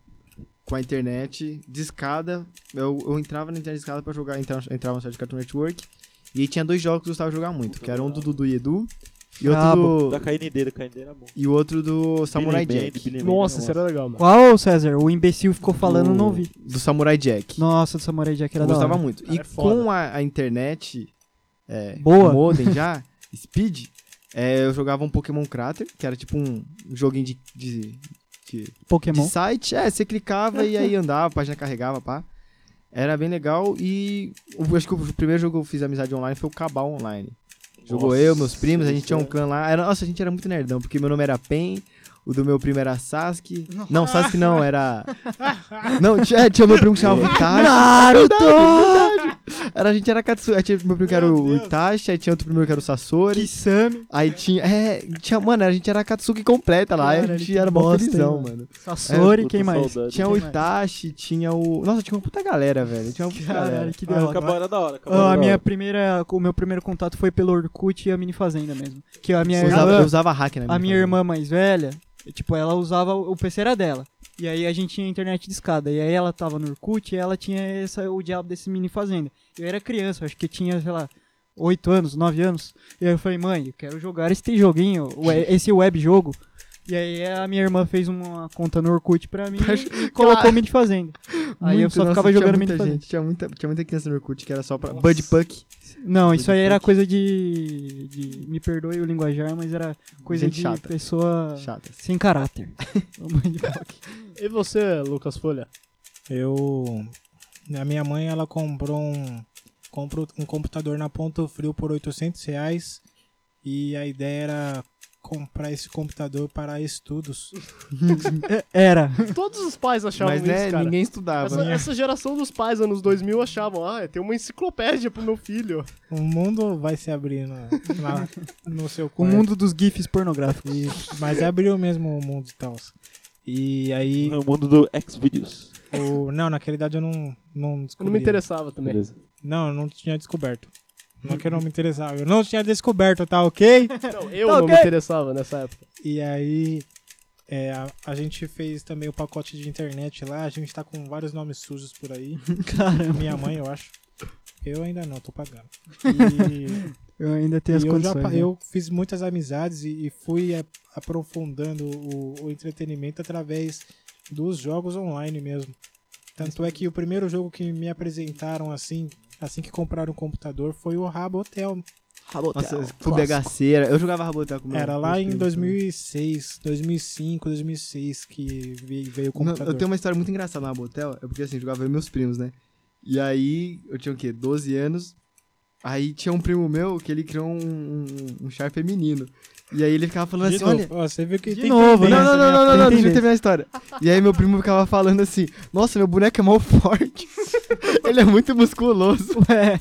Speaker 5: com a internet discada, eu, eu entrava na internet discada pra jogar, entrava, entrava no site de Cartoon Network, e aí tinha dois jogos que eu gostava de jogar muito, que era um do Dudu e Edu, e
Speaker 7: Ah,
Speaker 5: outro
Speaker 6: Da
Speaker 5: do,
Speaker 6: KND, da KND era bom.
Speaker 5: e o outro do Samurai
Speaker 6: Billy Mandy,
Speaker 5: Jack.
Speaker 6: Billy Mandy,
Speaker 8: Nossa, isso era legal, mano.
Speaker 7: Qual, César? O imbecil ficou falando,
Speaker 5: Do-
Speaker 7: não ouvi.
Speaker 5: Do Samurai Jack.
Speaker 7: Nossa, do Samurai Jack era
Speaker 5: eu
Speaker 7: da
Speaker 5: gostava
Speaker 7: hora.
Speaker 5: muito.
Speaker 8: Cara,
Speaker 5: e
Speaker 8: é foda.
Speaker 5: com a, a internet é,
Speaker 7: Boa.
Speaker 5: modem
Speaker 7: *laughs*
Speaker 5: já, speed, é, eu jogava um Pokémon Crater, que era tipo um joguinho de, de, de- de
Speaker 7: Pokémon.
Speaker 5: site. É, você clicava e aí andava, a página carregava, pá. Era bem legal e eu acho que o primeiro jogo que eu fiz amizade online foi o Cabal Online. Jogou
Speaker 6: Nossa,
Speaker 5: eu, meus primos, a gente tinha um
Speaker 6: isso é-
Speaker 5: clã lá. Era, nossa, a gente era muito nerdão, porque meu nome era Pen, o do meu primo era Sasuke. Não, Sasuke não, era. Não, tinha, é, tinha meu primo que chamava Itachi. Naruto! Era, a gente era Katsu. Aí tinha meu primo que era o Itachi, aí tinha outro primo que era o Sasori.
Speaker 7: Kisame.
Speaker 5: Aí tinha. É, tinha, mano, a gente era a Katsuki completa lá.
Speaker 7: Cara,
Speaker 5: a gente
Speaker 7: que
Speaker 5: era mó
Speaker 7: bosta, hein,
Speaker 5: felizão,
Speaker 7: mano?
Speaker 5: mano.
Speaker 7: Sasori,
Speaker 6: É, puta
Speaker 7: quem mais?
Speaker 6: saudade.
Speaker 5: Tinha o
Speaker 7: Quem mais?
Speaker 5: Itachi, tinha o. Nossa, tinha uma puta galera, velho. Tinha uma puta
Speaker 7: Caralho,
Speaker 5: galera.
Speaker 7: que
Speaker 6: Ah,
Speaker 7: derrota.
Speaker 6: acabou, era da hora. acabou,
Speaker 7: Ah,
Speaker 6: era
Speaker 7: a
Speaker 6: da
Speaker 7: minha
Speaker 6: hora.
Speaker 7: primeira, o meu primeiro contato foi pelo Orkut e a Mini Fazenda mesmo. Que a minha
Speaker 5: eu,
Speaker 7: irmã,
Speaker 5: usava, eu usava hack na
Speaker 7: a minha
Speaker 5: família.
Speaker 7: irmã mais velha, tipo, ela usava o PC era dela. E aí a gente tinha internet de escada. E aí ela tava no Orkut e ela tinha essa, o diabo desse Mini Fazenda. Eu era criança, acho que eu tinha, sei lá, 8 anos, 9 anos. E aí eu falei, mãe, eu quero jogar esse joguinho, o- esse web jogo. E aí a minha irmã fez uma conta no Orkut
Speaker 5: *laughs*
Speaker 7: pra mim e colocou o Mini Fazenda. Aí eu
Speaker 5: Muito,
Speaker 7: só
Speaker 5: nossa,
Speaker 7: ficava
Speaker 5: tinha
Speaker 7: jogando Mini
Speaker 5: muita
Speaker 7: Fazenda.
Speaker 5: gente, tinha muita, tinha muita criança no Orkut que era só pra. Bud Puck.
Speaker 7: Não, isso aí
Speaker 5: Tudo
Speaker 7: era
Speaker 5: punk.
Speaker 7: coisa de, de- Me perdoe o linguajar, mas era coisa
Speaker 5: Gente
Speaker 7: de
Speaker 5: chata.
Speaker 7: pessoa
Speaker 5: Chatas.
Speaker 7: sem caráter. Mãe de punk.
Speaker 8: E você, Lucas Folha?
Speaker 4: Eu. A minha mãe, ela comprou um, comprou um computador na Ponto Frio por 800 reais. E a ideia era comprar esse computador para estudos.
Speaker 7: É, era.
Speaker 8: Todos os pais achavam
Speaker 5: Mas
Speaker 8: isso,
Speaker 5: né,
Speaker 8: cara.
Speaker 5: ninguém estudava.
Speaker 8: Essa, essa geração dos pais, anos 2000, achavam, ah, tem uma enciclopédia pro meu filho.
Speaker 4: O mundo vai se abrir na, lá no seu
Speaker 7: O
Speaker 4: quarto.
Speaker 7: mundo dos GIFs pornográficos.
Speaker 4: E- mas abriu mesmo o mundo e tal. E aí.
Speaker 6: No mundo do Xvideos.
Speaker 4: O, não, naquela idade eu não, não
Speaker 8: Eu
Speaker 4: descobri.
Speaker 8: não me interessava também.
Speaker 6: Beleza.
Speaker 4: Não, eu não tinha descoberto. Não é que eu não me interessava. Eu não tinha descoberto, tá ok?
Speaker 8: Não, eu
Speaker 7: Tá
Speaker 8: não
Speaker 7: ok.
Speaker 8: me interessava nessa época.
Speaker 4: E aí, é, a, a gente fez também o pacote de internet lá. A gente tá com vários nomes sujos por aí.
Speaker 7: *laughs* Caramba,
Speaker 4: Minha mãe, eu acho. Eu ainda não, tô
Speaker 7: *laughs*
Speaker 4: pagando. E,
Speaker 7: eu ainda tenho as
Speaker 4: e eu, já,
Speaker 7: condições.
Speaker 4: pa-
Speaker 7: né?
Speaker 4: eu fiz muitas amizades e, e fui é, aprofundando o, o entretenimento através dos jogos online mesmo. Tanto é que o primeiro jogo que me apresentaram assim, assim que compraram o computador, foi o Rabo Hotel,
Speaker 5: Nossa, Clube HC, era- eu jogava Rabotel com meu-
Speaker 4: Era
Speaker 5: meus
Speaker 4: lá em
Speaker 5: primos.
Speaker 4: 2006, 2005, 2006 que ve- veio o
Speaker 7: tá
Speaker 5: Não,
Speaker 4: computador.
Speaker 5: eu tenho uma história muito engraçada na Botel, é porque assim, eu jogava eu e meus primos, né? E aí, eu tinha o quê? 12 anos. Aí tinha um primo meu que ele criou um, um, um char feminino. E aí ele ficava falando
Speaker 4: De
Speaker 5: assim,
Speaker 4: novo,
Speaker 5: olha,
Speaker 4: ó, você viu que
Speaker 7: de
Speaker 4: tem
Speaker 7: novo,
Speaker 5: Não,
Speaker 7: né?
Speaker 4: tendência,
Speaker 5: não, não,
Speaker 4: né?
Speaker 5: não, não, não,
Speaker 7: Tem
Speaker 5: deixa eu
Speaker 7: tendência.
Speaker 5: terminar a história. E aí meu primo ficava falando assim, nossa, meu boneco é mal forte. *laughs* ele é muito
Speaker 7: *laughs*
Speaker 5: musculoso.
Speaker 7: Ué,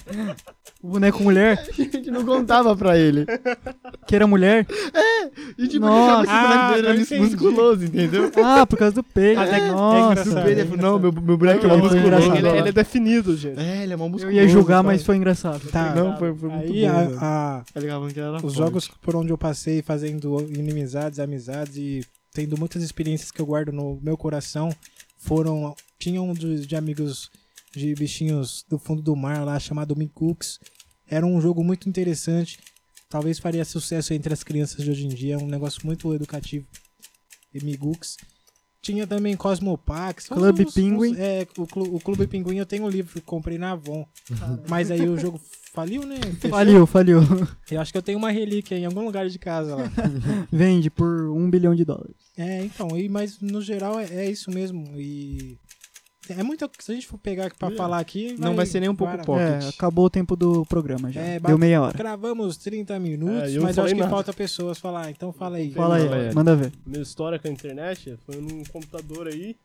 Speaker 7: o boneco né? mulher,
Speaker 5: A gente não contava pra ele.
Speaker 7: que era mulher.
Speaker 5: E tipo,
Speaker 7: Nossa.
Speaker 5: ele achava que o boneco
Speaker 4: Ah,
Speaker 5: dele
Speaker 4: agora
Speaker 5: era
Speaker 4: entendi.
Speaker 5: musculoso, entendeu?
Speaker 7: Ah, por causa do peito.
Speaker 4: Até que- é
Speaker 7: Nossa.
Speaker 4: engraçado.
Speaker 5: Aí ele falou, não, meu, meu boneco é
Speaker 7: Não,
Speaker 5: mal
Speaker 7: não,
Speaker 5: musculoso.
Speaker 7: engraçado.
Speaker 8: Ele, ele é definido, gente.
Speaker 5: É, ele é mal
Speaker 7: eu
Speaker 5: musculoso.
Speaker 7: ia julgar,
Speaker 5: sabe?
Speaker 7: mas foi engraçado. ah,
Speaker 4: Tá,
Speaker 5: Não, foi, foi muito
Speaker 4: aí
Speaker 5: bom,
Speaker 4: a-
Speaker 5: velho.
Speaker 4: a-
Speaker 5: Ele ficava falando que ele era
Speaker 4: os
Speaker 5: forte.
Speaker 4: jogos por onde eu passei fazendo inimizades, amizades e tendo muitas experiências que eu guardo no meu coração foram tinham de, de amigos de bichinhos do fundo do mar lá chamado Minkooks. Era um jogo muito interessante. Talvez faria sucesso entre as crianças de hoje em dia. É um negócio muito educativo. E Migooks. Tinha também Cosmopax.
Speaker 7: Clube
Speaker 4: Pinguim
Speaker 7: Penguin.
Speaker 4: é, o, Clu- o Clube Pinguim eu tenho um livro, comprei na Avon. Mas aí o jogo faliu, né? Fechou.
Speaker 7: *laughs* Faliu, faliu.
Speaker 4: Eu acho que eu tenho uma relíquia em algum lugar de casa lá.
Speaker 7: Vende por um bilhão de dólares.
Speaker 4: É, então, e, mas no geral é, é isso mesmo. E. É muita. Se a gente for pegar pra falar aqui.
Speaker 5: Não vai ser nem um pouco
Speaker 4: para.
Speaker 5: Pocket.
Speaker 7: É, acabou o tempo do programa já.
Speaker 4: É,
Speaker 7: Deu
Speaker 4: bate-
Speaker 7: meia hora.
Speaker 4: Gravamos 30 minutos,
Speaker 8: É, eu
Speaker 4: mas
Speaker 8: não
Speaker 4: acho
Speaker 8: falei
Speaker 4: que
Speaker 8: nada.
Speaker 4: falta pessoas falar. Então fala aí.
Speaker 7: Fala aí,
Speaker 8: É.
Speaker 7: manda ver.
Speaker 8: Minha história com a internet foi num computador aí,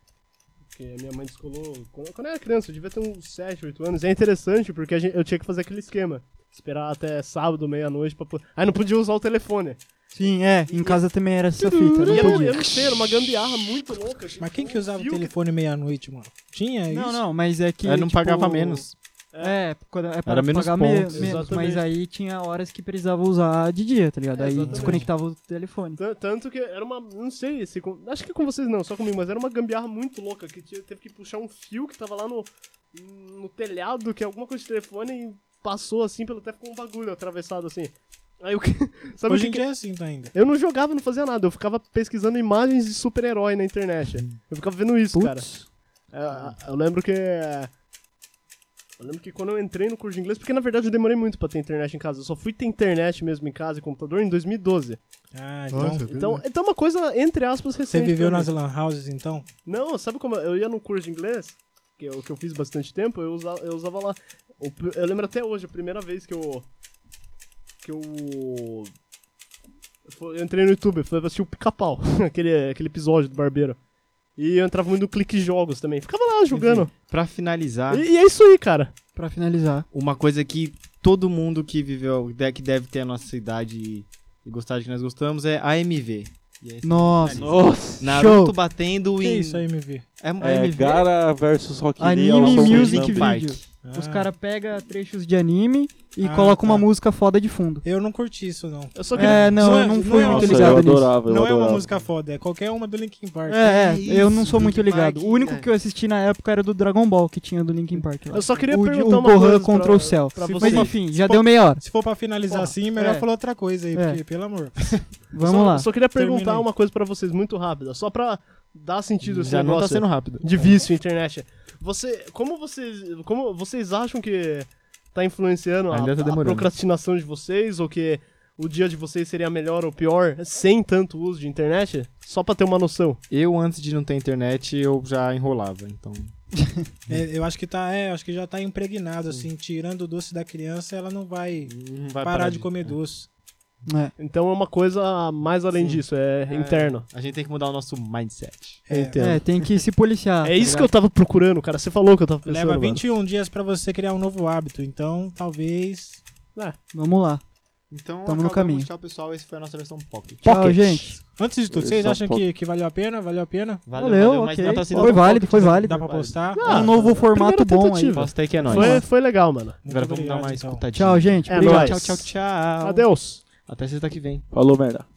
Speaker 8: que a minha mãe descolou. Quando quando eu era criança, eu devia ter uns 7, 8 anos. E é interessante porque a gente- eu tinha que fazer aquele esquema. Esperar até sábado, meia-noite pra. po- Aí não podia usar o telefone.
Speaker 7: Sim, é. Em casa também era essa fita,
Speaker 8: E eu,
Speaker 7: não
Speaker 8: não- eu
Speaker 7: podia.
Speaker 8: não sei, era uma gambiarra muito louca. tipo, um
Speaker 4: Mas quem que usava o
Speaker 8: Viu que-
Speaker 4: telefone meia-noite, mano? Tinha isso?
Speaker 7: Não, não, mas é que.
Speaker 5: Aí não
Speaker 7: tipo,
Speaker 5: pagava menos.
Speaker 7: É, quando- é pra
Speaker 5: Era menos
Speaker 7: pagar me-
Speaker 5: pontos.
Speaker 7: menos, mas
Speaker 8: Exatamente.
Speaker 7: aí tinha horas que precisava usar de dia, tá ligado?
Speaker 8: É,
Speaker 7: aí
Speaker 8: exatamente.
Speaker 7: desconectava o telefone.
Speaker 8: Tan- Tanto que era uma. Não sei se. com- Acho que com vocês não, só comigo, mas era uma gambiarra muito louca que tinha- teve que puxar um fio que tava lá no, no telhado, que é alguma coisa de telefone, e passou assim, pelo até ficou um bagulho atravessado assim. Aí o que. *laughs* Sabe o
Speaker 4: Hoje
Speaker 8: que
Speaker 4: em
Speaker 8: que-
Speaker 4: dia é assim tá ainda.
Speaker 8: Eu não jogava, não fazia nada, eu ficava pesquisando imagens de super-herói na internet. Eu ficava vendo isso, cara.
Speaker 7: Putz.
Speaker 8: É, Eu lembro que. Eu lembro que quando eu entrei no curso de inglês, porque na verdade eu demorei muito pra ter internet em casa. Eu só fui ter internet mesmo em casa e computador em 2012.
Speaker 4: Ah, então.
Speaker 8: Então, então é uma coisa, entre aspas,
Speaker 4: Você
Speaker 8: recente.
Speaker 4: viveu
Speaker 8: pra mim.
Speaker 4: nas lan houses, então?
Speaker 8: Não, sabe como eu ia no curso de inglês, que eu, que eu fiz bastante tempo, eu usava, eu usava lá. O pr- Eu, lembro até hoje, a primeira vez que eu. que eu. fo- Eu entrei no YouTube, fui assistir o pica-pau, *laughs* aquele, aquele episódio do Barbeiro. E eu entrava muito no clique jogos também. Ficava lá jogando.
Speaker 5: Pra finalizar,
Speaker 8: E, e é isso aí, cara.
Speaker 7: Pra finalizar.
Speaker 5: uma coisa que todo mundo que viveu, de- que deve ter a nossa idade e- e gostar de que nós gostamos, é AMV. E é isso.
Speaker 7: Nossa.
Speaker 6: Nossa!
Speaker 5: Naruto
Speaker 7: Show.
Speaker 5: batendo
Speaker 4: Que
Speaker 5: em...
Speaker 4: isso aí, MV?
Speaker 5: É,
Speaker 6: É,
Speaker 5: AMV.
Speaker 6: Gara versus Rock Lee.
Speaker 7: Anime
Speaker 6: Alson
Speaker 7: Music
Speaker 6: Dumb.
Speaker 7: Video.
Speaker 8: É.
Speaker 7: Os caras pegam trechos de anime e
Speaker 8: Ah,
Speaker 7: colocam uma
Speaker 4: tá.
Speaker 7: música foda de fundo.
Speaker 4: Eu não curti isso, não.
Speaker 8: Eu só queria.
Speaker 7: É, não,
Speaker 4: Não é-
Speaker 7: eu não
Speaker 4: não
Speaker 7: fui
Speaker 4: é
Speaker 7: muito
Speaker 6: Nossa, eu
Speaker 7: ligado nisso.
Speaker 6: adorava, eu
Speaker 4: não é uma
Speaker 6: adorava.
Speaker 4: música foda, é qualquer uma do Linkin Park.
Speaker 7: É, é,
Speaker 5: É
Speaker 7: eu não
Speaker 5: isso,
Speaker 7: sou muito
Speaker 5: Linkin
Speaker 7: ligado.
Speaker 5: Park,
Speaker 7: o único
Speaker 5: é.
Speaker 7: que eu assisti na época era do Dragon Ball, que tinha do Linkin Park lá.
Speaker 8: Eu só queria
Speaker 7: o, de-
Speaker 8: perguntar
Speaker 7: o
Speaker 8: uma
Speaker 7: Gohan
Speaker 8: coisa
Speaker 7: contra
Speaker 8: pra,
Speaker 7: o Cell.
Speaker 8: pra
Speaker 4: Se
Speaker 8: vocês.
Speaker 7: Mas enfim, já
Speaker 4: Se
Speaker 7: deu
Speaker 4: for-
Speaker 7: meia hora.
Speaker 4: Se for pra finalizar assim, melhor
Speaker 7: é.
Speaker 4: falar outra coisa aí,
Speaker 7: É.
Speaker 4: porque, pelo
Speaker 5: *laughs*
Speaker 4: amor.
Speaker 7: Vamos
Speaker 8: só,
Speaker 7: lá.
Speaker 8: Só queria
Speaker 4: Termina
Speaker 8: perguntar
Speaker 4: aí.
Speaker 8: uma coisa pra vocês muito rápida, só pra dar sentido esse
Speaker 5: Já não
Speaker 8: negócio.
Speaker 5: tá sendo rápido.
Speaker 8: de vício internet. Você, como vocês, como vocês acham que tá influenciando a,
Speaker 5: Ainda tá
Speaker 8: a
Speaker 5: demorando.
Speaker 8: procrastinação de vocês ou que o dia de vocês seria melhor ou pior sem tanto uso de internet? Só pra ter uma noção.
Speaker 5: Eu, antes de não ter internet, eu já enrolava, então...
Speaker 4: É, eu acho que tá, é, eu acho que já tá impregnado, assim, tirando o doce da criança, ela não vai,
Speaker 5: não vai
Speaker 4: parar, de comer doce.
Speaker 7: É.
Speaker 8: Então é uma coisa mais além disso, é, interno.
Speaker 5: A gente tem que mudar o nosso mindset.
Speaker 4: É,
Speaker 8: Entendo.
Speaker 7: É, tá tem que se policiar.
Speaker 8: É isso que eu tava procurando, cara. Você falou que eu tava pensando.
Speaker 4: Leva
Speaker 8: mano.
Speaker 4: 21 dias pra você criar um novo hábito, então talvez.
Speaker 7: Vamos lá.
Speaker 5: Então,
Speaker 7: Tamo no
Speaker 5: acabamos.
Speaker 7: caminho.
Speaker 5: Tchau, pessoal. Esse foi a nossa versão pocket.
Speaker 7: Tchau, gente.
Speaker 4: Antes de tudo,
Speaker 6: Eu
Speaker 4: vocês
Speaker 6: só
Speaker 4: acham
Speaker 6: po-
Speaker 4: que, que valeu a pena? Valeu a pena?
Speaker 5: Valeu,
Speaker 7: Valeu,
Speaker 5: valeu, mas
Speaker 7: ok.
Speaker 5: não tá sendo
Speaker 7: Foi
Speaker 5: tão
Speaker 7: válido,
Speaker 5: pocket.
Speaker 7: foi válido.
Speaker 4: Dá pra postar?
Speaker 7: É um novo formato bom aí.
Speaker 8: tentativa.
Speaker 5: Posta aí que é nóis.
Speaker 8: Foi, foi legal, mano.
Speaker 4: Muito
Speaker 5: Agora vamos dar
Speaker 4: obrigado,
Speaker 5: uma
Speaker 4: então.
Speaker 7: um
Speaker 5: escutadinha.
Speaker 7: Tchau, gente.
Speaker 8: É
Speaker 7: Obrigado.
Speaker 8: nóis.
Speaker 5: Tchau, tchau, tchau.
Speaker 8: Adeus.
Speaker 5: Até sexta que vem.
Speaker 6: Falou, merda.